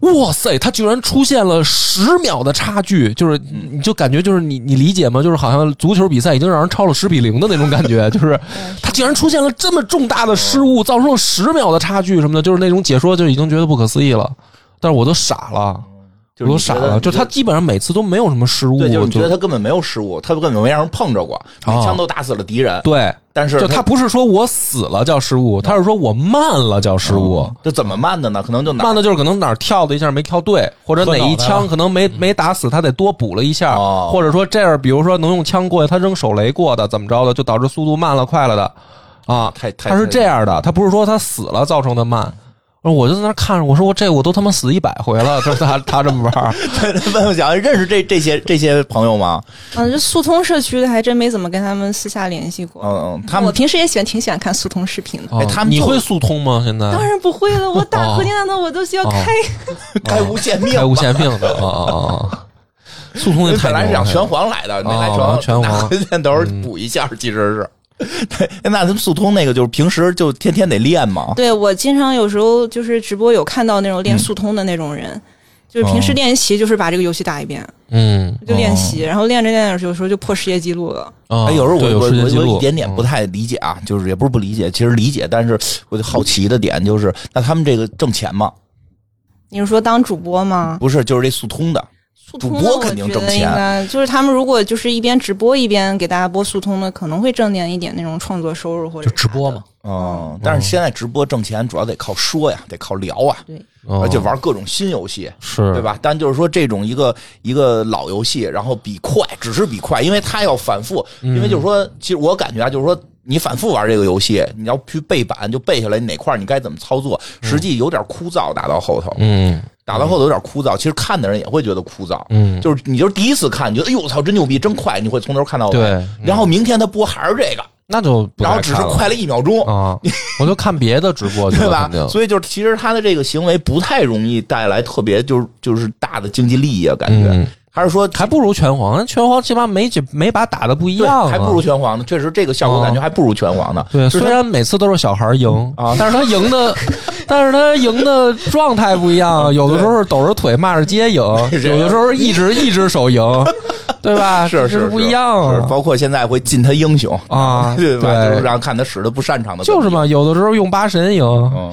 哇塞，他居然出现了十秒的差距，就是
嗯
你就感觉就是你你理解吗？就是好像足球比赛已经让人超了十比零的那种感觉，就是他竟然出现了这么重大的失
哦
误，造成了十秒的差距什么的，就是那种解说就已经觉得不可思议了，但是我都傻了，我都
就是你
傻
觉得
了，就
你
他
觉得
基本上每次都没有什么失误，
对，就是你觉
就啊
得他根本没有失误，他根本没让人碰着过，每枪都打死了敌人，
对。
但是
就他不是说我死了叫失误，他是说我慢了叫失误。
这怎么慢的呢？可能就拿
慢的就是可能哪儿跳的一下没跳对，或者哪一
磕脑袋
枪
了
可能没没打死，他得多补了一下，
嗯哦
或者说这样，比如说能用枪过去，他扔手雷过的，怎么着的，就导致速度慢了、快了的，啊，
太太
他是这样的，他不是说他死了造成的慢。我就在那儿看着，我说我这我都他妈死一百回了， <laughs> 这他他这么玩儿，
<laughs> 问问想认识这这些这些朋友吗？
嗯，这速通社区的还真没怎么跟他们私下联系过。
嗯嗯，他们哦
我平时也喜欢挺喜欢看速通视频的，
啊
哎他们
你
就
会速通吗？现在
当然不会了，我打
哦
核电弹头我都是要开。
哦开无
<laughs>
限命
开，无限命的啊啊啊
<laughs>
啊！速通那太
本来是
牛了
想拳皇来的，没来拳
哦嗯拳
拿
皇
回箭头 <laughs> 补一下，其实是。对，那咱们速通那个就是平时就天天得练嘛。
对我经常有时候就是直播有看到那种练速通的那种人，就是平时
嗯哦
练习就是把这个游戏打一遍
嗯，
就练习，然后练着练着有时候就破世界纪录了。
啊
哎，有时候我
对有
我
世界纪
我有
录嗯
一点点不太理解啊，就是也不是不理解，其实理解，但是我就好奇的点就是，那他们这个挣钱吗？
你是说当主播吗？
不是，就是这速通的，嗯
速通的
主播肯定挣钱
我觉得应该就是他们如果就是一边直播一边给大家播速通的，可能会挣点一点那种创作收入或者
就直播嘛，
哦
嗯，但是现在直播挣钱主要得靠说呀，得靠聊啊，
对。
嗯
而且玩各种新游戏，
是
对？吧？但就是说，这种一个一个老游戏，然后比快，只是比快，因为它要反复，
嗯
因为就是说，其实我感觉啊，就是说，你反复玩这个游戏，你要去背板，就背下来哪块儿你该怎么操作，实际有点枯燥，打到后头，
嗯
打到后头有点枯燥，其实看的人也会觉得枯燥。
嗯，
就是你就是第一次看，你觉得哎呦我操真牛逼，真快，你会从头看到尾。
对嗯
然后明天他播还是这个，
那就不
然后
太
只是
看了
快了一秒钟， <laughs>
啊，我就看别的直播去
对
了，
吧
<laughs> 肯？定。
所以就是其实他的这个行为不太容易带来特别就是就是大的经济利益啊，感觉、
嗯
还是说
还不如拳皇，拳皇起码每几每把打的不一
对，
样、啊，哦
还不如拳皇呢。确实，这个效果感觉还不如拳皇呢。
对。
就是
虽然每次都是小孩赢
啊
但是他赢
<laughs>
的，但是他赢的状态不一样，啊有的时候是抖着腿骂着街赢，
是
有的时候是一直一只手
<laughs>
赢，对吧？
是
这
是
不一样
是
啊
包括现在会禁他英雄
啊
<laughs> 对吧？
对
就是让看他使的不擅长的，
就是。嘛，有的时候用八神赢，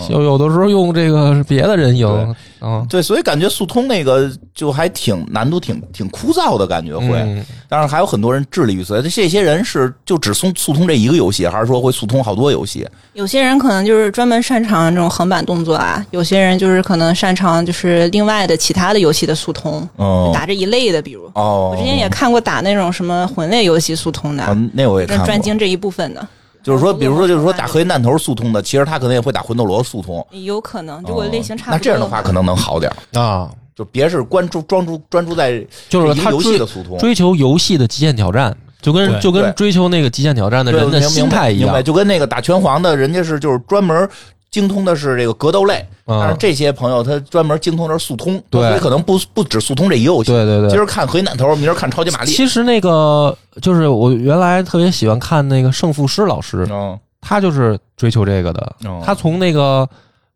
有有的时候用这个别的人赢，啊，
哦对，所以感觉速通那个就还挺难度挺挺枯燥的感觉会，
嗯
当然还有很多人致力于此。这些人是就只速速通这一个游戏，还是说会速通好多游戏？
有些人可能就是专门擅长这种横版动作啊，有些人就是可能擅长就是另外的其他的游戏的速通，
哦
打这一类的，比如。
哦，
我之前也看过打那种什么魂类游戏速通的，
啊，那我也看
专
过。
专精这一部分的，
就是
哦
说，比如说，就是说打核心弹头速通的，其实他可能也会打魂斗罗速通。
有可能如果嗯类型差
哦那
不多。
这样的话可能能好点儿，
啊，
就别是关注专注专注在
就是
一
他
个游
追
戏的速通，
追求游戏的极限挑战，就跟
对
就
对
跟追求那个极限挑战的
对
人的
明白
心态一
明
样
白，，就跟那个打拳皇的，人家是就是专门精通的是这个格斗类，
嗯
但是这些朋友他专门精通的是速通，
对
所以可能不不止速通这一游戏。
对对对。
今儿看核心弹头，明儿看超级玛丽。
其实那个就是我原来特别喜欢看那个胜负师老师，
嗯
他就是追求这个的
哦。
他从那个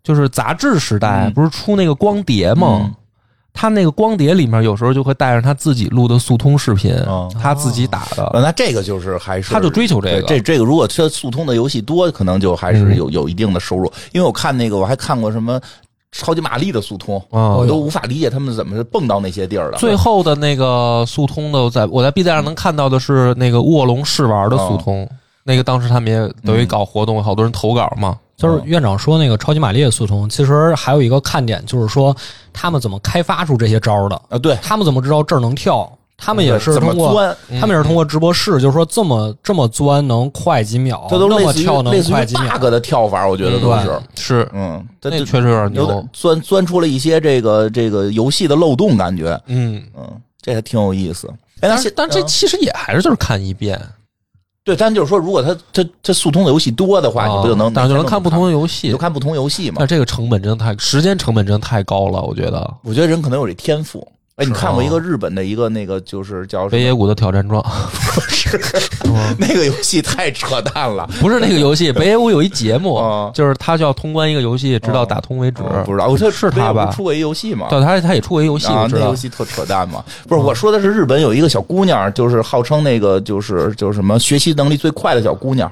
就是杂志时代
嗯
不是出那个光碟吗
嗯？
他那个光碟里面有时候就会带着他自己录的速通视频
哦，
他自己打
呃，
的，
那这个就是还是
啊他就追求这
对这
个。
这个，如果它速通的游戏多，可能就还是
嗯
有有一定的收入。因为我看那个，我还看过什么超级玛丽的速通，
哦
我都无法理解他们怎么是蹦到那些地儿的。
最后的那个速通的，我在我在 B 站上能看到的是那个卧龙试玩的速
哦
通，那个当时他们也等于搞活动，好多人投稿嘛。
哦
就是院长说那个超级玛丽的速通，其实还有一个看点就是说他们怎么开发出这些招儿的，
啊，对，
他们怎么知道这儿能跳，他们也是
怎么
通过，
钻？
嗯
他们也是通过直播室，就是说这么这么钻能快几秒，
这都
那
类
么
似于
跳能
类似于
快几秒
bug，的跳法，我觉得都
嗯
是
对，
是
嗯，它
那
就
确实有点
有
牛
点，钻钻出了一些这个这个游戏的漏洞感觉，
嗯。
嗯，这还挺有意思。哎，那
但
现
是，但这
嗯
其实也还是就是看一遍
对，但就是说，如果他他他速通的游戏多的话，
啊
你不就能，
但是就能
每天都
看不同的游戏
你就。看不同游戏嘛
但。这个成本真的太，时间成本真的太高了，我觉得。
我觉得人可能有这天赋。哎，
是
你
啊
看过
吗
一个日本的一个那个就是叫什
北
么？
野武的挑战状
<laughs> 那个游戏太扯
<laughs>
淡了，
不是那个
<laughs>
游戏，北野武有一节目
啊，
就是他就要通关一个游戏，直到打通为止。
嗯不知道我这
是他吧
出过一游戏嘛？
对，他他也出过一游戏，
啊
我，知
那
道
游。戏特扯淡嘛！不是，我说的是日本有一个小姑娘，就是号称那个就是就是什么学习能力最快的小姑娘，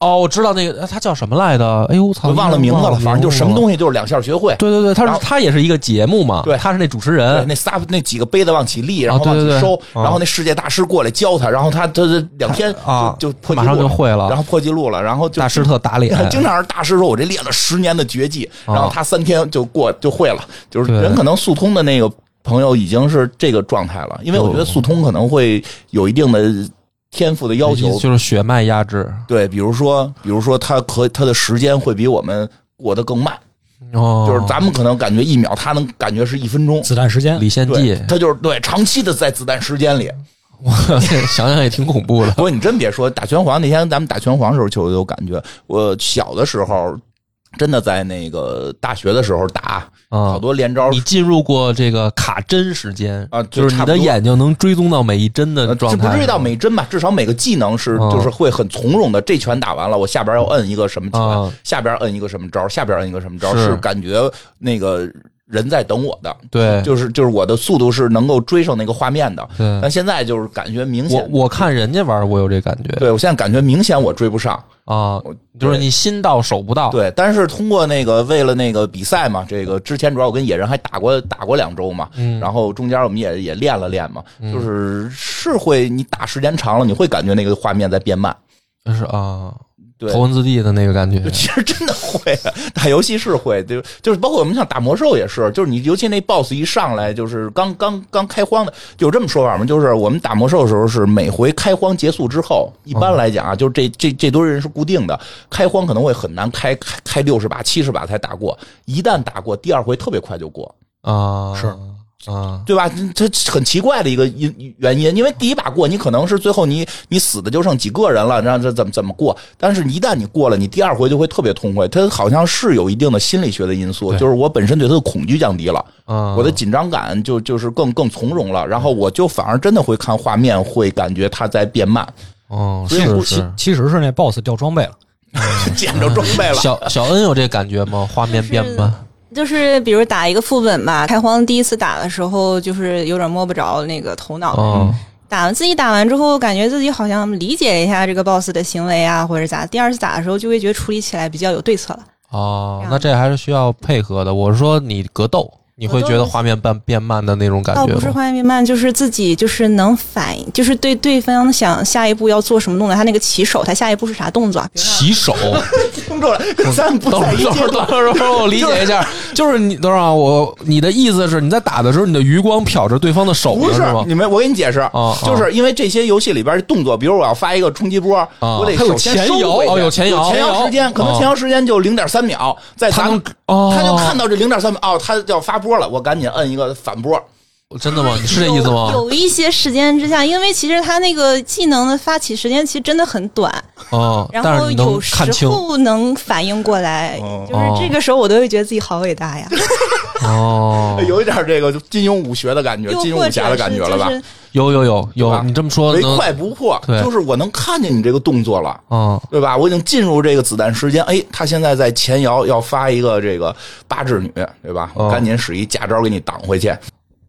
哦，我知道那个，他叫什么来的？哎呦，我操，
我忘了名字了，反正就什么
西。
东西就是两下学会。
对对对，他
然
是
后
他也是一个节目嘛，
对
他是那主持
对
人，
那仨那几个杯子往起立，然后
啊对
往
对对
起收，
啊
然后那世界大师过来教她，然后她她她两天
啊
就就破纪
马上
录
就
了
会了
然后破纪录了，然后就
大师特打脸，
经常是大师说：“我这练了十年的绝技，
啊
然后他三天就过就会了。”就是
对
人可能速通的那个朋友已经是这个状态了，因为我
哦
觉得速通可能会有一定的天赋的要
<laughs>
求。
就是血脉压制。
对，比如说，比如说他可他的时间会比我们过得更慢，
哦，
就是咱们可能感觉一秒，他能感觉是一分钟。
子弹时间
李献
对
计，，
他就是对长期的在子弹时间里。
我 <laughs> 想想也挺恐
<laughs>
怖的
不。过你真别说，打拳皇那天咱们打拳皇的时候就有感觉。我小的时候，真的在那个大学的时候打，
啊
好多连招
你进入过这个卡针时间
啊就
就是你
差不多
的眼睛能追踪到每一针的
呃
状
这
态，啊
不至于到每帧吧，至少每个技能是
嗯
就是会很从容的，这拳打完了，我下边要摁一个什么
嗯
拳，下边摁一个什么招，下边摁一个什么招，
是
是感觉那个人在等我的，
对，
就是就是我的速度是能够追上那个画面的。
对
但现在就是感觉明
我
显，
我看人家玩儿，我有这感觉
对我现在感觉明显我追不上。
啊
我，
就是
对
你心到手不到，
对，但是通过那个为了那个比赛嘛，这个之前主要我跟野人还打过打过两周嘛，然后中间我们也也练了练嘛，就是是会你打时间长了，你会感觉那个画面在变慢。
是啊，
对，
头文字 D 的那个感觉
就， <laughs> 其实真的会打游戏是会，就就是包括我们像打魔兽也是，就是你尤其那 BOSS 一上来就是刚刚刚开荒的，有这么说法吗？就是我们打魔兽的时候是每回开荒结束之后，一般来讲啊，就是这这这堆人是固定的，开荒可能会很难开开开六十把七十把才打过，一旦打过，第二回特别快就过。
啊，
是
啊，
对吧？这这很奇怪的一个因原因，因为第一把过，你可能是最后你你死的就剩几个人了，让这怎么怎么过？但是一旦你过了，你第二回就会特别痛快。它好像是有一定的心理学的因素，
对
就是我本身对它的恐惧降低了，
啊
我的紧张感就就是更更从容了，然后我就反而真的会看画面，会感觉它在变慢，
哦，
所以
是
我
是。
其实是那 boss 掉装备了，
<laughs> 捡着装备 <laughs> 了。
小小恩有这感觉吗？画面变慢，
就是比如打一个副本吧，开荒第一次打的时候，就是有点摸不着那个
哦
头脑。
嗯，
打完自己打完之后，感觉自己好像理解一下这个 boss 的行为啊，或者咋。第二次打的时候，就会觉得处理起来比较有对策了。
哦，那这还是需要配合的。我是说，你格斗，你会觉得画面变变慢的那种感
倒
觉
不是
吗？
画面变慢，就是自己就是能反应，就是对对方想下一步要做什么动作，他那个起手，他下一步是啥动作？啊
起手，
<laughs>
听众了，跟咱不
等会
在
儿等
一
会
阶
儿
段。
等会儿等会儿，我理解一下，就是你等会儿啊，我你的意思是你在打的时候，你的余光瞟着对方的手
不
呢，
是
吗？
你们，我给你解释，
啊
就是因为这些游戏里边的动作，比如我要发一个冲击波，
啊
我得
还有
首先
前
收
摇
回去
哦有前摇
前
哦
摇时间，可能前摇时间就零点三秒，在
他
咱
能
们
哦
他就看到这零点三秒，哦，他要发波了，我赶紧摁一个反
哦
波，
真的吗？你是这意思吗？
有一些时间之下，因为其实他那个技能的发起时间其实真的很短，
哦，
然
但
后
是你能
有
看
时
清
候能反应过来，
哦
就是这个时候我都会觉得自己好伟大呀，
哦，
有一点这个金庸武学的感觉，
又
金
或
庸
者
武侠的感觉了吧？
是就是
有有有
对
有，
吧
你这么说
唯
能
快不破，
对
就是我能看见你这个动作了。
嗯
对吧？我已经进入这个子弹时间，哎，他现在在前摇要发一个这个八智女，对吧？
哦
我赶紧使一假招给你挡回去。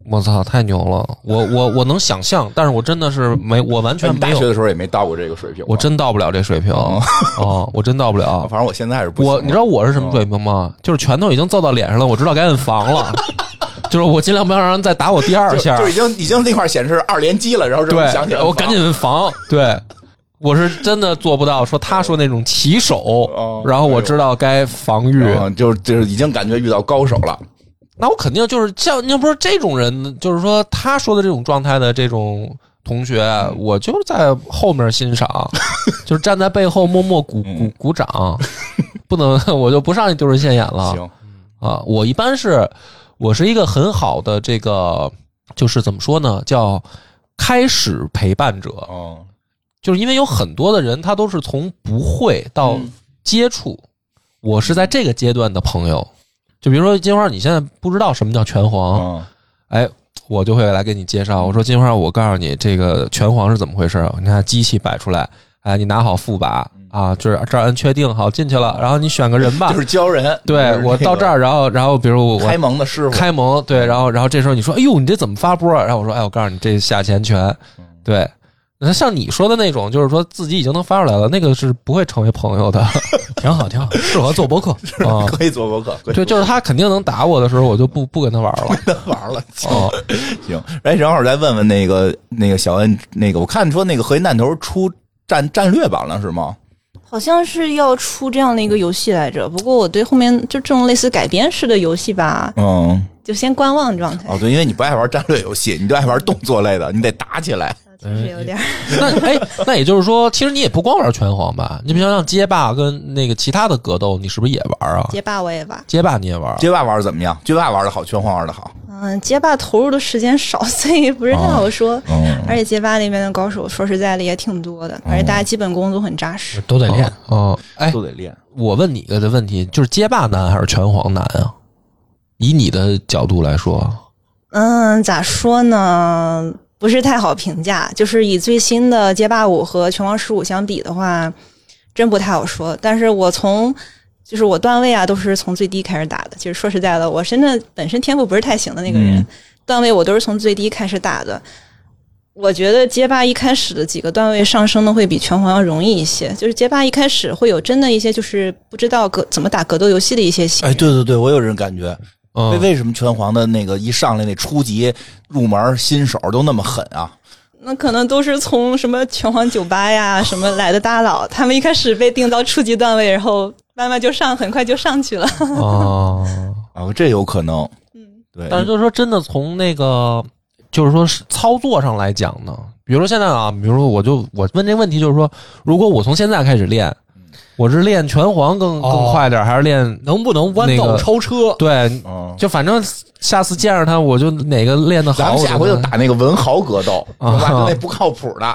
我操，太牛了！我我我能想象，但是我真的是没，我完全
哎
没
你大学
有，
的时候也没到过这个水平吧，
我真到不了这水平
哦 <laughs>
哦，我真到不了。
反正我现在是不行嗯
我你知道我是什么水平吗？就是拳头已经揍到脸上了，我知道该摁防了， <laughs> 就是我尽量不要让人再打我第二
就
下
就。已经已经那块显示二连击了，然后这么想起
对
啊来，，哦
我赶紧防。对，我是真的做不到。说他说那种起手
哦，
然后我知道该防御。
嗯，就是就是已经感觉遇到高手了。
那我肯定就是像要不是这种人，就是说他说的这种状态的这种同学，啊
嗯
我就是在后面欣
<laughs>
赏，就是站在背后默默鼓
嗯
鼓鼓掌，不能我就不上去丢人现眼了。
行，
啊，我一般是，我是一个很好的这个，就是怎么说呢，叫开始陪伴者，
哦，
就是因为有很多的人他都是从不会到
嗯
接触，我是在这个阶段的朋友，就比如说金花，你现在不知道什么叫拳皇，
嗯
哎，我就会来给你介绍。我说金花，我告诉你这个拳皇是怎么回事儿。你看机器摆出来，哎，你拿好副把啊，就是这儿按确定好进去了，然后你选个人吧。
嗯就是教人。
啊对我到这儿，然后然后比如我
开蒙的师傅，
开蒙，对，然后然后这时候你说，哎呦，你这怎么发波啊？然后我说，哎，我告诉你，这下前拳，
嗯
对。那像你说的那种，就是说自己已经能发出来了，那个是不会成为朋友的 <laughs>
挺好，挺好，适合做博客。
啊。
<laughs> 可以做
<laughs>
博客，可以
对，就是他肯定能打我的时候，我就不不跟他玩
<laughs>
了。
玩了。
啊，
行，哎，正好再问问那个那个小恩，那个我看说那个核心弹头出战战略版了是吗？
好像是要出这样的一个游戏来着，不过我对后面就这种类似改编式的游戏吧，
嗯，
就先观望状态，
哦对，因为你不爱玩战略游戏，你就爱玩动作类的，你得打起来。
确实有点儿。
那哎，那也就是说，其实你也不光玩拳皇吧？你比如像街霸跟那个其他的格斗，你是不是也玩啊？
街霸我也玩，
街霸你也玩？啊
街霸玩的怎么样？街霸玩的好，拳皇玩的好。
嗯，街霸投入的时间少，所以不是太好说。
嗯，
而且街霸里面的高手，说实在的也挺多的，而且大家基本功都很扎实。
都得练，
哦，哎，
都得练。
我问你一个的问题，就是街霸难还是拳皇难啊？以你的角度来说，
嗯，咋说呢？不是太好评价，就是以最新的街霸五和拳王十五相比的话，真不太好说。但是我从就是我段位啊，都是从最低开始打的。就是说实在的，我真的本身天赋不是太行的那个人，
嗯
段位我都是从最低开始打的。我觉得街霸一开始的几个段位上升的会比拳皇要容易一些，就是街霸一开始会有真的一些就是不知道格怎么打格斗游戏的一些新
哎，对对对，我有这种感觉。
嗯
为为什么拳皇的那个一上来那初级入门新手都那么狠啊？
那可能都是从什么拳皇酒吧呀什么来的大佬，他们一开始被定到初级段位，然后慢慢就上，很快就上去了。
哦，
啊，这有可能。嗯，对。
但是就是说真的，从那个就是说是操作上来讲呢，比如说现在啊，比如说我就我问这个问题，就是说，如果我从现在开始练，我是练拳皇更
哦
更快点儿，还是练
能不能弯
那
道
个哎
超车？
对？
嗯，
就反正下次见着他，我就哪个练的
咱
好，
们
我
下回就打那个文豪格 <laughs> 斗，
啊
对吧？就那不靠谱的。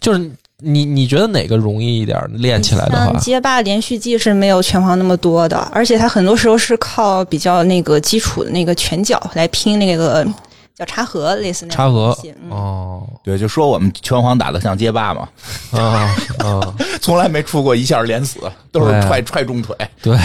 就是你你觉得哪个容易一点儿练起来的话
嗯像？街霸连续技是没有拳皇那么多的，而且它很多时候是靠比较那个基础的那个拳脚来拼那个叫插合，类似那样
插
的
合
东西嗯
哦
<laughs> 对，就说我们拳皇打的像街霸嘛，
<laughs> 啊啊，
<laughs> 从来没出过一下连死，都是
对
踹踹中腿。
对，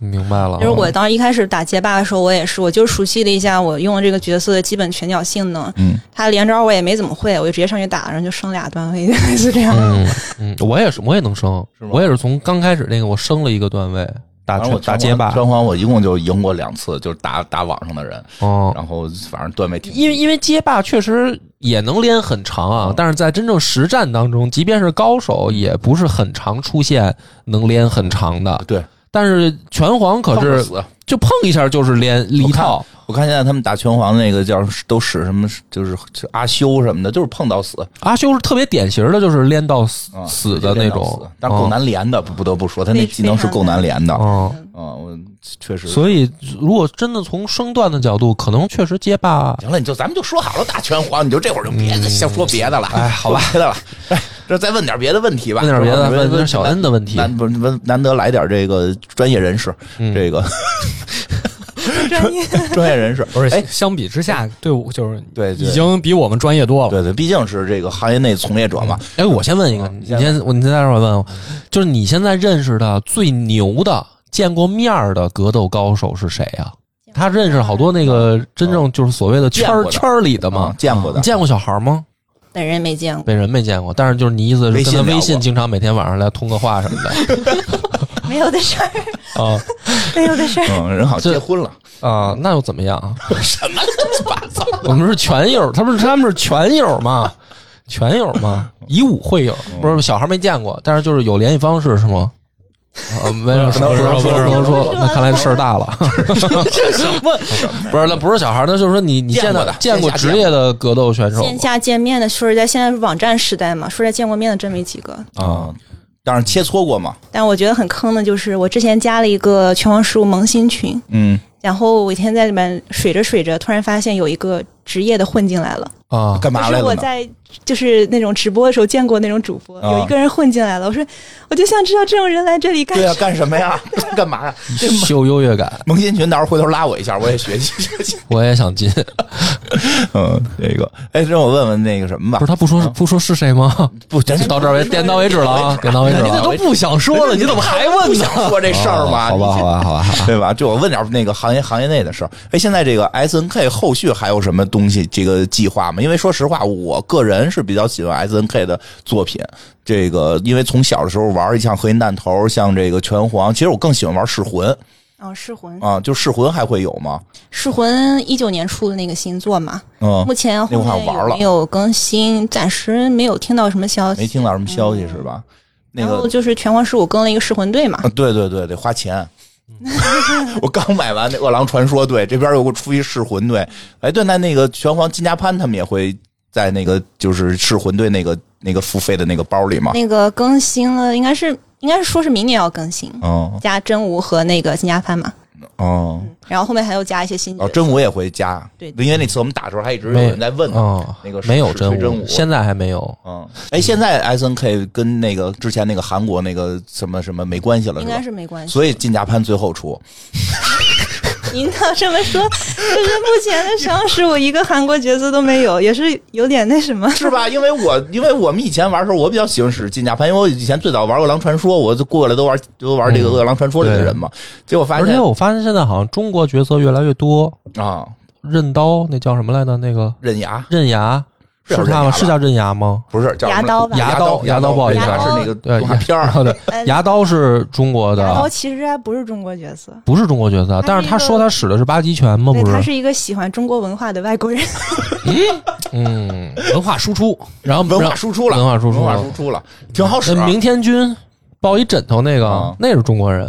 明白了。
就是我当时一开始打街霸的时候，我也是，我就熟悉了一下我用这个角色的基本拳脚性能。
嗯，
他连招我也没怎么会，我就直接上去打，然后就升俩段位， <laughs> 是这样。
嗯嗯，我也是，我也能升，
是吗
我也是从刚开始那个我升了一个段位，打
反正
拳
我
打街
拳皇
霸
拳皇我一共就赢过两次，就是打打网上的人，
哦。
然后反正段位挺低。
因为因为街霸确实也能连很长
嗯
啊，但是在真正实战当中，即便是高手，也不是很常出现能连很长的。
对，
但是拳皇可
碰不
是
死。
就碰一下就是连一套，
我看现在他们打拳皇那个叫都使什么，就是就阿修什么的，就是碰到死，
阿修是特别典型的，就是连到死、
啊
死的那
就练到
种
死，但是够
嗯
难连的，不不得不说，他那
非
技能是够难连的。啊，
嗯
我确实。
所以，如果真的从升段的角度，可能确实街霸
行了，你就咱们就说好了打拳皇，你就这会儿就别再想说别的了，
嗯
哎，好吧，别的了， <laughs> 哎，这再问点别的问题吧，
问点别的，问点小
恩。
恩的问题。
难不难难得来点这个专业人士，
嗯 <laughs>
这个
专业。
专业人士，
不是，
哎，
相比之下，对我就是
对对
已经比我们专业多了。
对对，毕竟是这个行业内从业者嘛，
哎，我先问一个，
嗯
你
先
先我你再让我问，就是你现在认识的最牛的、见过面儿的格斗高手是谁呀、他认识好多那个真正就是所谓的圈
啊见
儿
过的
圈儿里的
啊
吗？
见过
你
的，
嗯见过小孩吗？
本人没见过。
本人没见过，但是就是你意思是
微
跟
信
他
聊
微信
过
经常每天晚上来通个话什么
<laughs>
的
没有的事儿，
啊
没有的
<laughs>
事儿。
嗯，人好像
这
结婚了，
啊，那又怎么样啊？
什么乱七八糟，
我们是全友，他们是他们是全友嘛，全友嘛，以武会友，不是小孩没见过，但是就是有联系方式是吗？啊，没有
不能
不能
说
不能说，那看来事儿大了。
这什么？
不是，那不是小孩儿，那就是说你你
见
现
过
在
的
见过
线下见
职业的格斗选手吗
线下见面的，说实在，现在是网站时代嘛，说实在见过面的真没几个。
啊，但是切磋过嘛，
但我觉得很坑的就是，我之前加了一个拳皇十五萌新群，
嗯，
然后我一天在里面水着水着，突然发现有一个职业的混进来了。
啊？
干嘛
就
来
是我
了呢？
在就是那种直播的时候见过那种主播，
啊
有一个人混进来了，我说我就想知道这种人来这里干
对啊
什
呀，
么。
干什么呀？干嘛呀？这
秀优越感，
蒙新群，到时候回头拉我一下，我也学习学习。
我也想进。
嗯，这个，哎，让我问问那个什
<laughs>
么
不
吧
是，他不说不说是谁吗？
不，咱
啊 <laughs> 到这儿为点到为止了 <laughs> 啊，点到为止
你这
了。
都不想说
<laughs>
了，你怎么还
不
问呢
想？说这事儿嘛，
好吧，好吧，好吧。
<laughs> 对吧？就我问点那个行业行业内的事儿。哎，现在这个 S N K 后续还有什么东西这个计划吗？因为说实话，我个人是比较喜欢 S N K 的作品。这个因为从小的时候玩像合金弹头，像这个拳皇，其实我更喜欢玩噬魂
哦，噬魂，
啊，就噬魂还会有吗？
噬魂一九年出的那个新作嘛，
嗯
目，前
那
后
我好像
面
玩了
有没有更新？暂时没有听到什么消息。
没听到什么消息是吧？那
然后
个
就是拳皇十五更了一个噬魂队嘛
啊，，对对对，得花钱。 <laughs> 我刚买完那《饿狼传说》队，这边又给我出一噬魂队。哎，对，那那个拳皇金家潘他们也会在那个就是噬魂队那个那个付费的那个包里吗？
那个更新了，应该是应该是说是明年要更新，
哦
加真吾和那个金家潘嘛，
哦
然后后面还要加一些新角
哦，
色。
真武也会加，
嗯对
因为那次我们打的时候还一直有人在问呢。
嗯，
那个是
没有
是
真
是真
武，
武
现在还没有。
嗯，哎，现在 S N K 跟那个之前那个韩国那个什么什么没关系了，是
应该
吧？
是没关系。 <laughs>
所以金家潘最后出，
您要这么说，就是目前的上十五一个韩国角色都没有，也是有点那什么。
是吧？因为我因为我们以前玩的时候，我比较喜欢使金甲盘，因为我以前最早玩《饿狼传说》，我就过来都玩都玩这个《
嗯
饿狼传说》里的人嘛。结果发
而且
现
我发现现在好像中国角色越来越多，
啊，
刃刀那叫什么来着？那个
刃牙
刃牙
是
是
叫
他
刃牙
吗？
吧
是叫刃牙吗？
<laughs> 不是叫什么
牙刀吧
牙刀，
牙刀
刀，
不好意啊
思
牙刀是那个
对
动画片儿。
然后的
呃
牙刀是中国
然后
的，
其实还不是中国角色，
不是中国角色，
它
但
是
是
一
他
个
说他使的是八极拳吗？
对
哦不
他是一个喜欢中国文化的外国人。 <laughs>
嗯，
文化输出，
然后
<laughs> 文
然
化
后
输出了，
文化输出
文化
了
输出了，挺好使
那
啊。
明天君抱一枕头那
啊
个，那是中国人，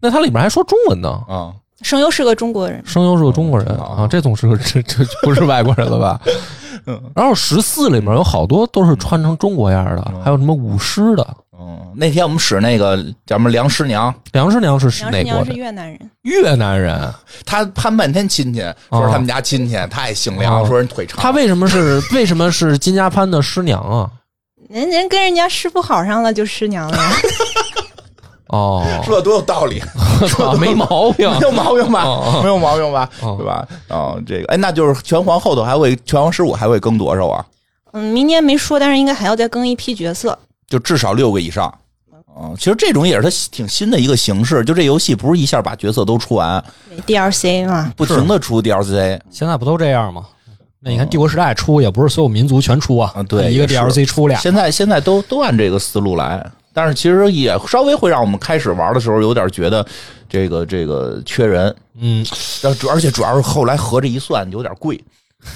那他里面还说中文呢。
啊，
声优是个中国人，
声优是个中国人
嗯挺好啊
啊，这总
<laughs>
是个这这这不是外国人了吧？
嗯
然后十四里面有好多都是穿成中国样儿的
嗯，
还有什么舞狮的，
嗯，那天我们使那个叫什么梁师娘，
梁师娘是
杨师
哪国
娘是
的？
越南人，
越南人。
她攀半天亲戚，说是他们家亲戚，她也姓梁，
哦
说人腿长。
他为什么
<laughs>
是为什么是金家潘的师娘啊？
人人跟人家师傅好上了就师娘了。
哦，
说的多有道理，
<laughs> 操，没毛病。 <laughs>
没有毛病吧？
哦
没有毛病吧？
哦
对吧？哦，这个，哎，那就是拳皇后头还会，拳皇十五还会更多少啊？
嗯，明年没说，但是应该还要再更一批角色。
就至少六个以上。嗯，其实这种也是它挺新的一个形式，就这游戏不是一下把角色都出完，
对 DLC 嘛，
不停的出 DLC
<laughs>
哎
现在不都这样吗？那你看《帝国时代》出也不是所有民族全出啊，
啊对
一个
也是
DLC 出俩，
现在现在都都按这个思路来，但是其实也稍微会让我们开始玩的时候有点觉得这个这个缺人，
嗯，
然后主而且主要是后来合着一算有点贵，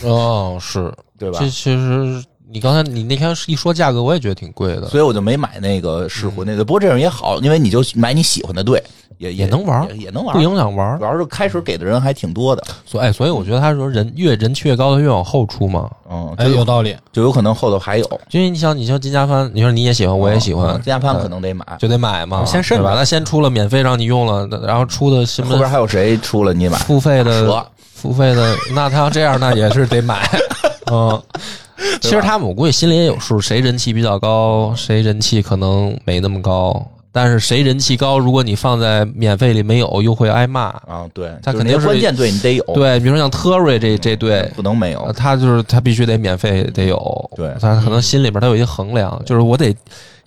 哦，是，
对吧？
这其实你刚才你那天一说价格，我也觉得挺贵的。
所以我就没买那个
嗯
噬魂那个。不过这样也好，因为你就买你喜欢的队，也也
也能玩
也也能玩，
不影响玩儿
主，要是开始给的人还挺多的，
所以哎，所以我觉得他说人越人气越高，他越往后出嘛。
嗯，
哎，
就
有道理。
就有可能后头还有。
因为你想，你像金家潘，你说你也喜欢，我也喜欢
嗯，加潘可能得买。
就得买嘛，
先慎
对吧？
着
他先出了免费让你用了，然后出的什
后边
么
还有谁出了你买？
付费
蛇
的，付费 <laughs> 的，那他要这样，那也是得 <laughs> 买。嗯，其实他们我估计心里也有数，谁人气比较高，谁人气可能没那么高。但是谁人气高，如果你放在免费里没有，又会挨骂。
啊，对，
他
就是
肯
那
定是
关键队你得有，，
对，比如说像 Terry 这这队，
不能没
呃
有。
他就是他必须得免费得有，
哦对嗯
他可能心里边他有一衡量，就是我得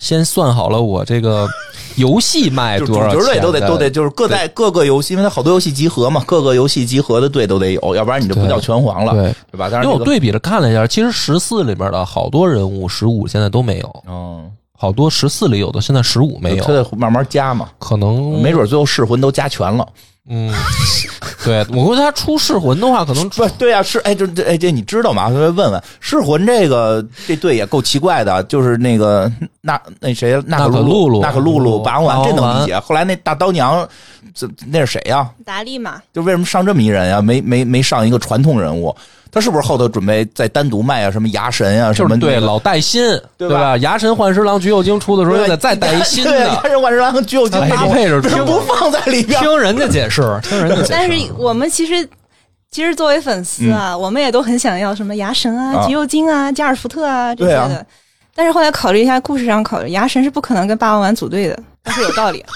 先算好了我这
<laughs>
个游戏卖
就主
多少
角
钱
队
的，
都得都得，就是各在各个游戏，因为它好多游戏集合嘛，各个游戏集合的队都得有，要不然你就不
对
叫拳皇了，
对。
对吧？但
因
是
为
那
我
个，
对比着看了一下，其实十四里面的好多人物，十五现在都没有，
嗯，
好多十四里有的现在十五没嗯
他
有，
得慢慢加嘛， <laughs>
可能
没准最后噬魂都加全了，
嗯，对，我估计他出噬魂的话，可能
不对啊，是哎，这这哎这你知道吗？我特别问问噬魂这个这队也够奇怪的，就是那个那那谁纳
纳可露
露
露
纳可露露把完，这
拔完
能理解。后来那大刀娘，这那是谁呀、
达利嘛，
就为什么上这么一人呀、没没没上一个传统人物，他是不是后头准备再单独卖啊？什么牙神呀、什
就
么
是
那个、
对老带新，对
对吧
吧？牙神幻十郎、橘右京出的时候，
对
又得再带一新
对牙
的，
神万十郎只有金
哎
搭
搭
配，
配着出
这不放在里边。
听人家解释，听人家解释。
但是我们其实。其实作为粉丝啊，我们也都很想要什么牙神
啊
啊、橘右京啊、加尔福特啊这
对
些
啊
的，但是后来考虑一下故事上考虑，牙神是不可能跟霸王丸组队的，但是有道理，啊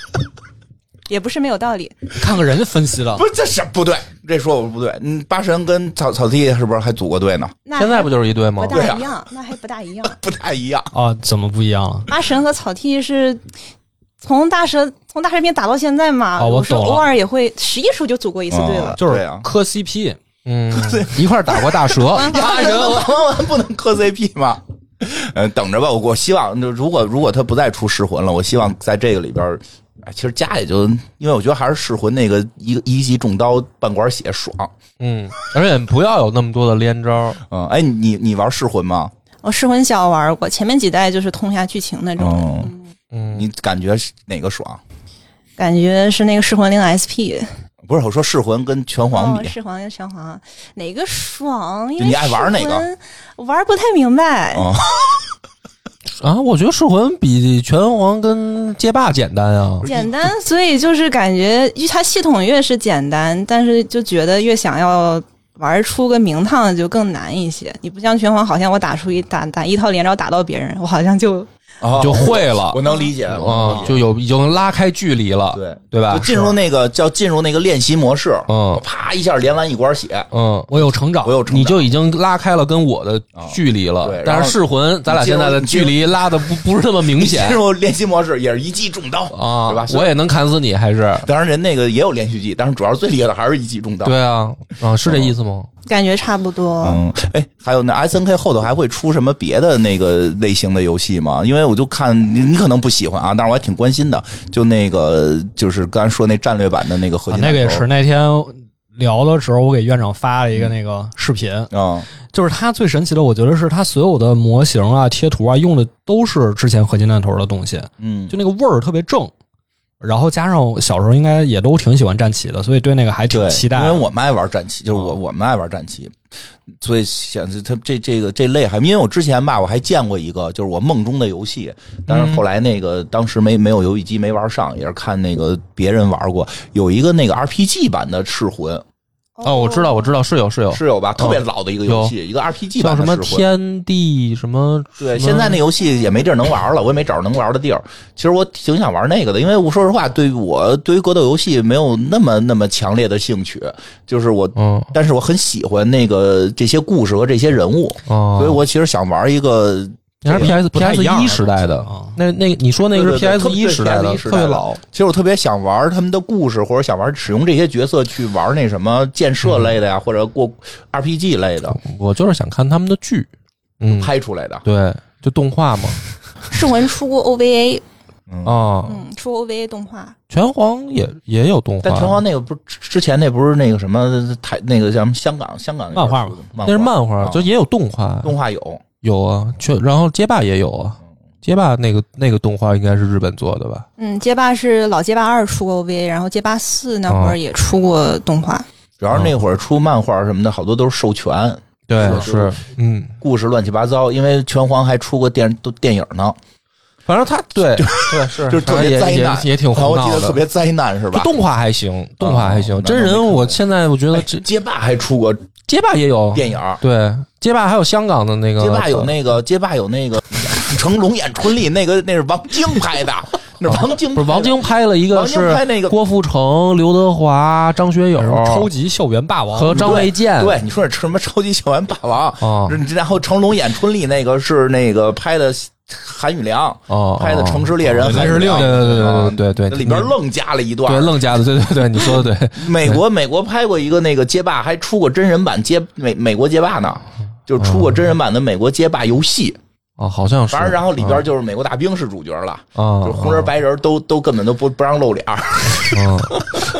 也不是没有道理。
<laughs> 看看人家分析了
不，是这是不对，这说我不对。嗯，八神跟草草地是不是还组过队呢？
那
现在
还
不就是一对吗
不？
对啊
大一样，那还不大一样。
不太一样。
啊，怎么不一样了？
阿神和草剃是从大蛇从大蛇篇打到现在嘛，
哦我
有时候
懂了
偶尔也会十一处就组过一次队了。
哦
就
对
是
啊
磕 CP，
嗯，一块儿打过大 <laughs> 蛇，
八神王完不能磕 CP 吗？嗯，等着吧，我我希望，就如果如果他不再出噬魂了，我希望在这个里边儿，哎，其实加也就，因为我觉得还是噬魂那个一一级中刀半管血爽。
嗯，而且不要有那么多的连招，
嗯，哎，你你玩噬魂吗？
<laughs> 我噬魂小玩过，前面几代就是通一下剧情那种，
嗯，
嗯，
你感觉是哪个爽？
感觉是那个噬魂令 SP，
不是我说噬魂跟拳皇
哦，
比，
噬魂跟拳皇哪个爽？
啊
因
就
为
你爱玩哪个
噬魂？玩不太明白，
哦
啊，我觉得噬魂比拳皇跟街霸简单啊。
简单，所以就是感觉它系统越是简单，但是就觉得越想要玩出个名堂就更难一些。你不像拳皇，好像我打出一打打一套连招打到别人，我好像就
哦
就会了
我能理解，我能
啊
理，解
就有已经拉开距离了，
对
对吧
就？进入那个叫进入那个练习模式，
啊嗯
啪一下连完一管血，
嗯，
我有成长
我，有成
你
长
就已经拉开了跟我的呃距离
啊
了
对。然
但
后
是噬魂，咱俩现在的
你进入
距离拉的不不是那么明显
进入练习模式也是一记中刀
啊
对吧？，
我也能砍死你，还是
当然人那个也有连续剧，但是主要是最厉害的还是一记中刀。
对啊啊，是这意思吗？
感觉差不多。
嗯，哎，还有那 S N K 后头还会出什么别的那个类型的游戏吗？因为我就看你，你可能不喜欢啊，但是我还挺关心的。就那个，就是刚才说那战略版的那个合
啊
金、
那个也是。那天聊的时候，我给院长发了一个那个视频，
啊、
就是它最神奇的，我觉得是它所有的模型啊、贴图啊，用的都是之前合金弹头的东西，
嗯，
就那个味儿特别正。然后加上我小时候应该也都挺喜欢战旗的，所以对那个还挺
对，
期待
因
的。
为我们爱玩战
哦
棋，就是我、我们爱玩战棋，所以想着他这这个这类还，因为我之前吧，我还见过一个，就是我梦中的游戏，但
嗯
是后来那个当时没没有游戏机没玩上，也是看那个别人玩过，有一个那个 RPG 版的噬魂，
哦，我知道，我知道，是有是有，
是有吧？特别
嗯
老的一个游戏，一个 RPG
叫
版
什
的
么
噬魂。
天地什么？
对，
什么
现在那游戏也没地儿能玩了，我也没找着能玩的地儿。其实我挺想玩那个的，因为我说实话，对于我对于格斗游戏没有那么那么强烈的兴趣，就是我
嗯
但是我很喜欢那个这些故事和这些人物，
哦，
所以我其实想玩一个
那是
这
PS
不太一
PS
样
一
的
时代的
啊，
那那你说那个是
对对对
PS 一
特
时代的，
PS1
特别老。
其实我特别想玩他们的故事，或者想玩使用这些角色去玩那什么建设
嗯
类的呀，或者过 RPG 类的
我就是想看他们的剧，嗯，
拍出来的。
对，就动画嘛，
噬魂出过 OVA，
哦
啊，
嗯，出过 OVA 动画，
拳皇也也有动画，
但拳皇那个不是之前那不是那个什么台那个叫什么香港香港那边
漫画吗
出的
那是漫画，
啊
就也有动画，
动画有
有啊，拳，然后街霸也有啊，街霸那个那个动画应该是日本做的吧？
嗯，街霸是老街霸二出过 OVA，然后街霸四那会
哦
儿也出过动画。
主要是那会儿出漫画什么的，好多都是授权，
对
是是
是，嗯，
故事乱七八糟。因为拳皇还出过电都电影呢，
反
<laughs>
正他对对是，
就是特别
反正
灾
也
难，
也也挺
啊
胡
我记
闹
得特
的。
别灾难是
就
吧？
动画还行，动画还
哦
行，
那
真
没哎看
人
过
我现在我觉得这
街霸还出过
街霸也有，
电影儿，
对，街霸还有香港的那个，
街霸有那个街霸有那个成龙演春丽，那个那是王晶
<laughs>
拍的，那是王晶拍的
不是王晶拍了一个
王晶
是
拍那个
郭富城、刘德华、张学友
什么超级校园霸王
和张卫健，
对，你说这什么超级校园霸王？
哦
然后成龙演春丽那个是那个拍的韩宇良，
哦
拍的《城市猎人》
哦
韩宇
那
良，
是另一个
嗯
对对对对对
里边愣加了一
对
段。
愣加的，对对对，你说的
<laughs>
对，
美国美国拍过一个那个街霸，还出过真人版街美美国街霸呢，就出过真人版的美国街霸游戏。
哦，好像哦是，
反正然后里边就是美国大兵是主角了，
啊，
就是红人白人都都根本都不不让露脸儿。
嗯，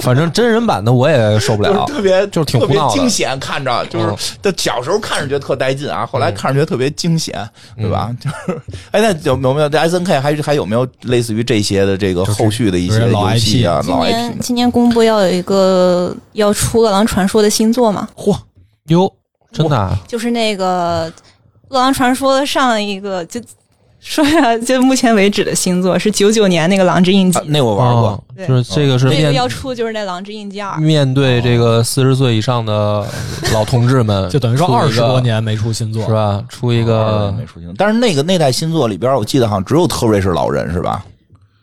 反正真人版的我也受不
就是
了，
<laughs> 特别
就是挺
特
胡
别
闹的嗯
惊险，看着就是，但小时候看着觉得特带劲啊，后来看着觉得特别惊险，对
嗯
吧？ <laughs> 就是，哎，那有有没有这 S N K 还还有没有类似于这些的这个后续的一些
就是老
游戏啊，
今
老 IP
年今年公布要有一个要出《饿狼传说》的新作嘛，
嚯哟，真的啊
就是那个《饿狼传说》的上一个就。 <laughs> 说呀，就目前为止的星座是九九年那个《狼之印记
啊，》那我玩过，
哦就是这个是
这个
面
要出的就是那《狼之印记
嗯
二》，
面对这个四十岁以上的老同志们，
<laughs> 就等于说
出一个
二十多年没出新作
是，吧？出一
呃，
个
没出现。但是那个那代新作里边，我记得好像只有特瑞是老人，是吧？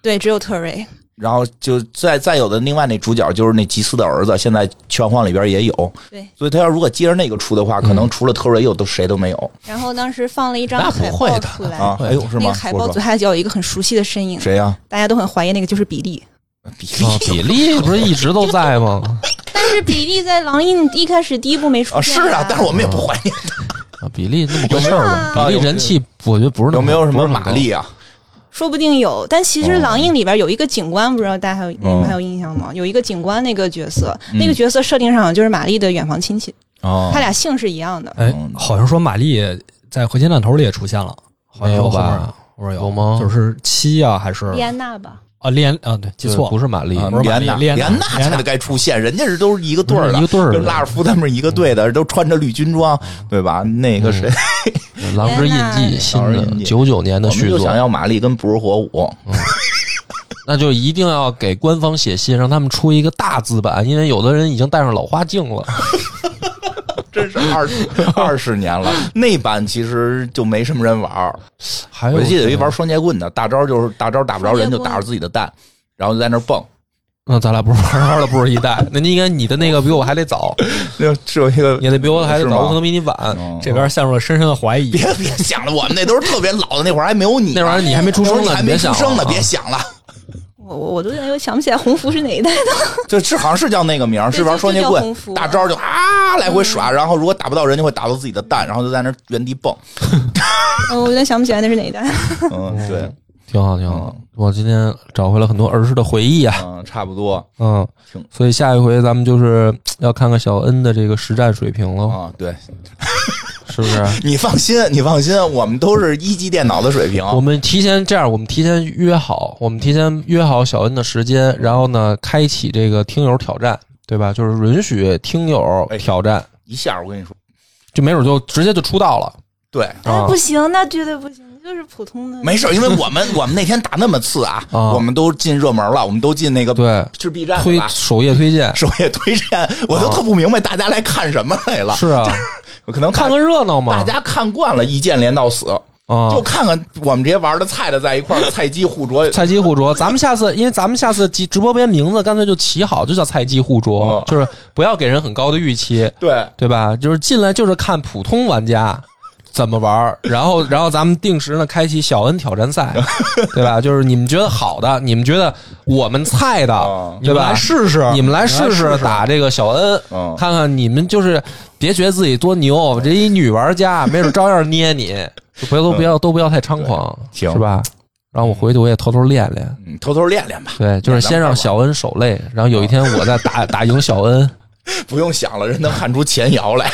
对，只有特瑞。
然后就再再有的另外那主角就是那吉斯的儿子，现在拳皇里边也有，
对，
所以他要如果接着那个出的话，可能
嗯
除了特瑞又都谁都没有
然后当时放了一张
那不
海
会
报
的
出来，
啊！哎呦，是
那
吗
个？海
我
报
说
左下角有一个很熟悉的身影，
谁呀？
大家都很怀疑那个就是比利。
比 <laughs>
哦
利
比利不是一直都在吗？
但是比利在《狼印》一开始第一部没出
啊，
现、
是啊，但是我们也不怀念。
啊比利那么回事儿吧？
啊
比利人气我觉得不是那
有没有什么
不是那
马
高
力啊？
说不定有。但其
哦
实《狼印》里边有一个警官，不知道大家还有、你
嗯
们还有印象吗？有一个警官那个角色，
嗯
那个角色设定上就是玛丽的远房亲戚，
哦
他俩姓是一样的。
哎
嗯，
好像说玛丽在核心弹头里也出现了，好像
没有
有后面
吧？
后面有
有吗
就是七啊，还是
嗯
莉安娜吧，
啊丽安啊？对，记
对
错了，
不是马力，
啊
不是马
莲
力
娜，
莲娜
莲娜
莲
才
娜
得该出现，人家是都是一个队儿的
一，个队儿
跟拉
的
尔夫他们是一个队的，都穿着绿军装，对吧？那个谁，
《嗯狼之印记》新
狼之印
的
记
九九年
我
的
们
续
就
作，
想要玛丽跟不是火舞，
那就一定要给官方写信，让他们出一个大字版，因为有的人已经戴上老花镜了。
真是二十二十年了。那版其实就没什么人玩儿，
还有
我记得有一
谁
玩双截棍的，大招就是大招打不着人就打着自己的蛋，然后就在那儿蹦。
那嗯咱俩不是玩玩的不是一代，那你应该你的那个比我还得早，
那是有一个
你，的比我还得
是吗
早，我可能比你晚。
嗯
这边陷入了深深的怀疑。
别别想了，我们那都是特别老的，那会儿还没有你呢，
那玩意儿你还没出
那会儿
生
哦你
呢，
还
你
没
别
出
想啊
生呢，
了，
别想了。啊
我我我都有点想不起来红福是哪一代的。
<laughs> 就是好像是叫那个名儿，
对
是玩双截
就叫
棍
红福，
大招就啊来回耍，然后如果打不到人就会打到自己的蛋，然后就在那儿原地 <laughs> 蹦。
嗯，我有点想不起来那是哪一代。
嗯，对，
挺好挺好。我今天找回了很多儿时的回忆啊，
嗯，差不多
嗯
挺，
所以下一回咱们就是要看看小恩的这个实战水平了，
啊。对
是不是？
你放心，你放心，我们都是一级电脑的水平。
我们提前这样，我们提前约好，我们提前约好小恩的时间，然后呢，开启这个听友挑战，对吧？就是允许听友
哎
挑战，
一下我跟你说，
就没准就直接就出道了。
对，
啊
哎，不行，那绝对不行，就是普通的。
没事，因为我们我们那天打那么次 <laughs> 啊，
啊
我们都进热门了，我们都进那个
对，
是 B 站
推
了吧。
首页推荐
首页推荐，我都
啊
特不明白大家来看什么来了。
是
<laughs>
啊，
可能
看个热闹嘛
大，家看惯了，一键连到死，
啊
就。看看我们这些玩的菜的在一
<laughs>
块儿，菜鸡互啄，
菜鸡互啄，咱们下次，因为咱们下次直直播间名字干脆就起好，就叫菜鸡互啄，
哦
就是不要给人很高的预期，
对，
对吧？就是进来就是看普通玩家怎么玩儿，然后然后咱们定时呢开启小恩挑战赛，对吧？就是你们觉得好的，你们觉得我们菜的
哦，
对吧
来？试试，
你们来试
你们来
试
试试
打这个小恩
嗯，
看看你们就是别觉得自己多牛，这一女玩家没准照样捏你，就不要都不要都不要太猖狂，
对行
是吧？然后我回去我也偷偷练练，
嗯，偷偷
<laughs>
练练吧，
对，就是先让小恩守擂，然后有一天我再打打赢小恩，
不用想了，人能看出前
<laughs>
摇来。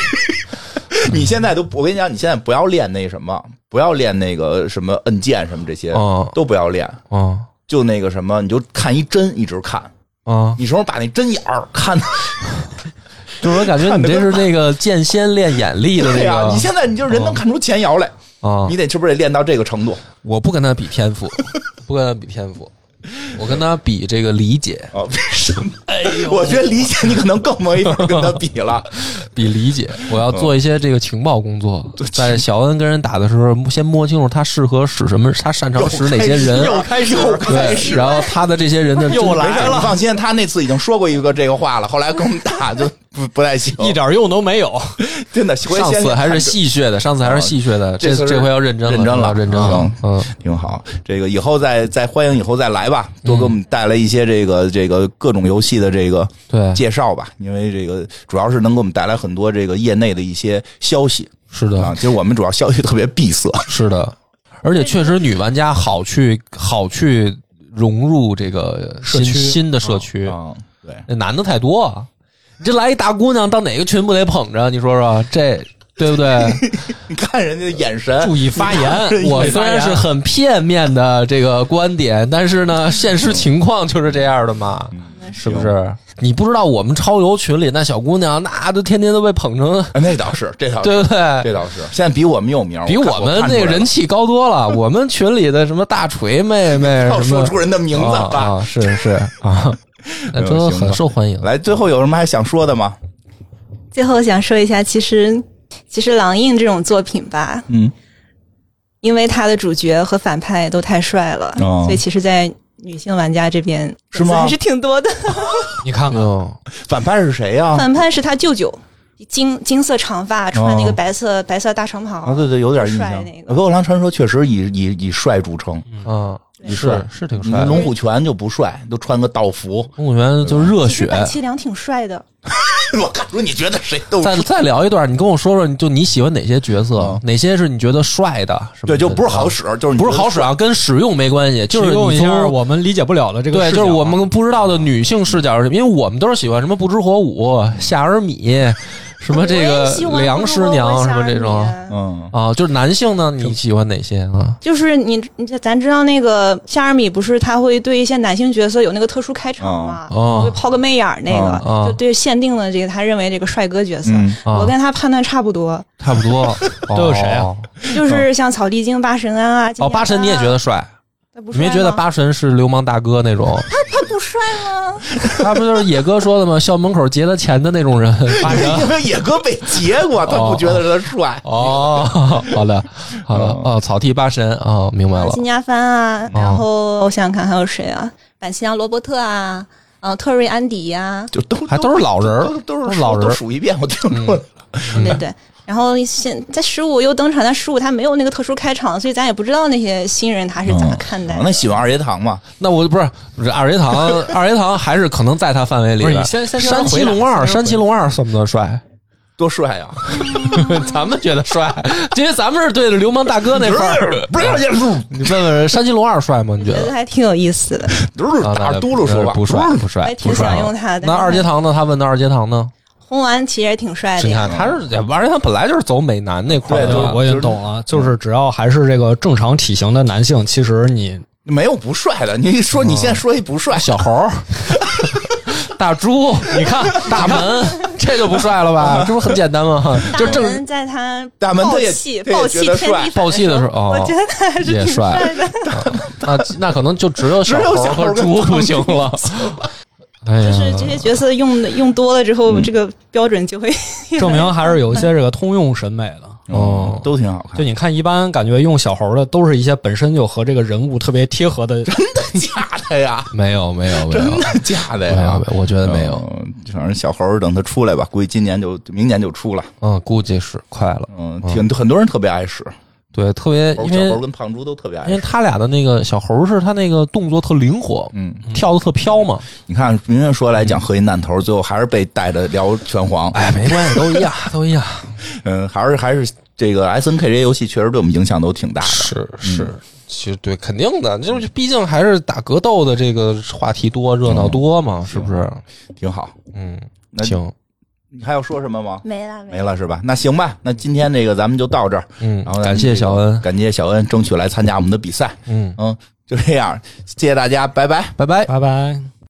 你现在都，我跟你讲，你现在不要练那什么，不要练那个什么摁键什么这些，
嗯
都不要练，
嗯
就那个什么，你就看一针，一直看。
嗯。
你什么时候把那针眼儿看？
<laughs> 就是我感
<laughs>
觉你这是那个剑仙练眼力的那
对呀、你
个
现在你就人能看出前摇来，
啊
你！得是不是得练到这个程度
我不跟他比天赋，不跟他比天赋，我跟他比这个理解，
啊？为什么？
哎
我觉得理解你可能更没法跟他比了。
比理解。我要做一些这个情报工作，
嗯
在小恩跟人打的时候，先摸清楚他适合使什么，他擅长使哪些人，
又开始，又开
对，
始。
然后他的这些人的
又来
没事，你放心，他那次已经说过一个这个话了，后来跟我们打就不不太行，
一点用都没有。
<laughs> 真的。回
上
先
次
练
还
看
是
着
戏谑的，上次还是戏谑的，
这
这
次是
这回要认真了，
认真了
认真了
嗯，
嗯，
挺好，这个以后再再欢迎以后再来吧，多给
嗯
我们带来一些这个这个各种游戏的这个
对，
介绍吧，因为这个主要是能给我们带来很多这个业内的一些消息
是的
啊。，其实我们主要消息特别闭塞，
是的，而且确实女玩家好去好去融入这个
社
新
区
新的社区，
啊，对
那男的太多啊，你这来一大姑娘，到哪个群不得捧着？你说说这。对不对？
你看人家的眼神，
注意
<laughs>
发言。我虽然是很片面的这个观点，但是呢，现实情况就是这样的嘛，是不是？你不知道我们超游群里那小姑娘，那都天天都被捧成，
哎那倒是，这倒是
对不对？
这倒是，现在比我们有名，
比我
我
们
看
那个
出来
人
了
气高多了。我们群里的什么大锤妹
<laughs>
妹，
要
什
说
么
出人的名字
啊
吧。
啊，是是 <laughs> 啊，那
没有
都
行吧
很受欢迎。
来，最后有什么还想说的吗？
最后想说一下，其实其实《狼印》这种作品吧，
嗯，
因为它的主角和反派都太帅了，
哦
所以其实，在女性玩家这边
是吗
粉丝还是挺多的。
你看看，
嗯，
反派是谁
啊
呀？
反派是他舅舅，金金色长
哦
发，穿那个白色、白色大长袍。
啊，对对，有点印象
帅那。个
鹅狗狼传说确实以以以帅著称，
啊，
以帅
是。是挺帅
那
的。
龙虎拳就不帅，都穿个道服。
公务员就是热
其实
血，
坂崎良挺帅的，
我看出你觉得谁都
再再聊一段，你跟我说说，你就你喜欢哪些角色？
嗯
哪些是你觉得帅的？什么
对，
的
就不是好，使，就是你
不是
觉得
好使啊，跟使用没关系，就是
提供
你
一下
从
我们理解不了的这个
对，
视
就是
角啊
我们不知道的女性视角是什么，因为我们都是喜欢什么不知火舞、夏尔米，什么这
我
个
也喜欢
梁师娘啊什么这种
夏尔米
嗯
啊，就是男性呢，你喜欢哪些啊？
就是你，你咱知道那个夏尔米不是他会对一些男性角色有那个特殊开场吗？
哦
会抛个媚眼儿那个，
哦
就对限定了这个他认为这个帅哥角色。
嗯
啊
我跟他判断差不多，
差不 <laughs> 多
都有谁啊？
就是像草地精、八神庵啊。金
哦，
牙
八神你也觉得帅？
他不
你没
帅
觉得
吗
八神是流氓大哥那
<laughs>
种？
他不帅吗？
他不就是野哥说的吗？校门口劫他钱的那种
<laughs>
人，八神。
因为野哥被劫过，他不觉得他帅。
哦，好的，好的，
嗯
哦，草剃八神啊、哦，明白了
金家帆啊，然
哦
后我想想看还有谁啊？板西洋罗伯特啊，嗯、特瑞安迪啊呀、
就都
还都是老人儿
都都
都
是
是老人儿
都数一遍，我听过了。
嗯
对对。然后现在十五又登场，但十五他没有那个特殊开场，所以咱也不知道那些新人他是咋看待
啊
的。
那喜欢二爷堂嘛？
那我不是不是二爷堂，二爷堂还是可能在他范围里
不是
的。
你先先先
山崎
回来
龙二，
先回来
山崎龙二算不算
<laughs>
帅？ <laughs>
多帅呀！
咱们觉得帅，因为咱们是对着流氓大哥那范儿。
不要眼珠，
你问问山崎龙二帅吗？你觉
觉得
得？
还挺有意思
<laughs>
的，
都是
啊
打
那
着嘟噜说话，
不帅，不帅
还，挺
不帅啊
想用他的。
那二阶堂呢？他问的二阶堂呢？
红丸其实也挺帅的
你
呀，
看，他是二阶堂本来就是走美男那块儿的
对就是
吧，
啊我也懂了，就是只要还是这个正常体型的男性，其实你
没有不帅的。你说你现在说一不帅，
小猴儿、 <laughs> 大猪， <laughs> 你看大门，这就不帅了吧？这不很简单吗？
大
就正
门在他
大门他
暴
也
气
他也
暴
觉
气
得
天地
帅
反
暴气的时候，
我
哦
觉，得他还是
也
挺
帅
帅的。
那啊那可能就只有小
只有
猴
小
儿
猴儿
和
跟
猪不行
<laughs>
了。哎
就
呀，
是这些角色用的用多了之
嗯
后，这个标准就会
证明还是有一些这个通用审美的。
嗯
哦
都挺好
就
看。
你看，一般感觉用小猴的都是一些本身就和这个人物特别贴合的，
假
<laughs>
的呀，
没有没有没有
真的假的
没
呀
有，？我觉得没有，
嗯，反正小猴儿等他出来吧，估计今年就明年就出了。
嗯，估计是快了。
嗯，挺很多人特别爱使，
对，特别
小
因
猴儿
为
跟胖猪都特别爱
因为
使。
他俩的那个小猴儿是他那个动作特灵活，
嗯，
跳的特飘嘛。
你看，明明说来讲和一难头，最后还是被带着聊拳皇。
哎，没关系，都一样， <laughs> 都一样。
嗯，还是还是这个 S N K 这些游戏确实对我们影响都挺大的。嗯
是是，其实对，肯定的，就是毕竟还是打格斗的这个话题多，热闹多嘛，是不是？
挺好。
嗯，
嗯那
行，
你还要说什么吗？
没了
没了是吧？那行吧，那今天这个咱们就到这儿，
嗯，
然后咱们
感谢小恩，
感谢小恩，争取来参加我们的比赛。
嗯，
嗯，就这样，谢谢大家，拜拜。
拜拜。
拜拜。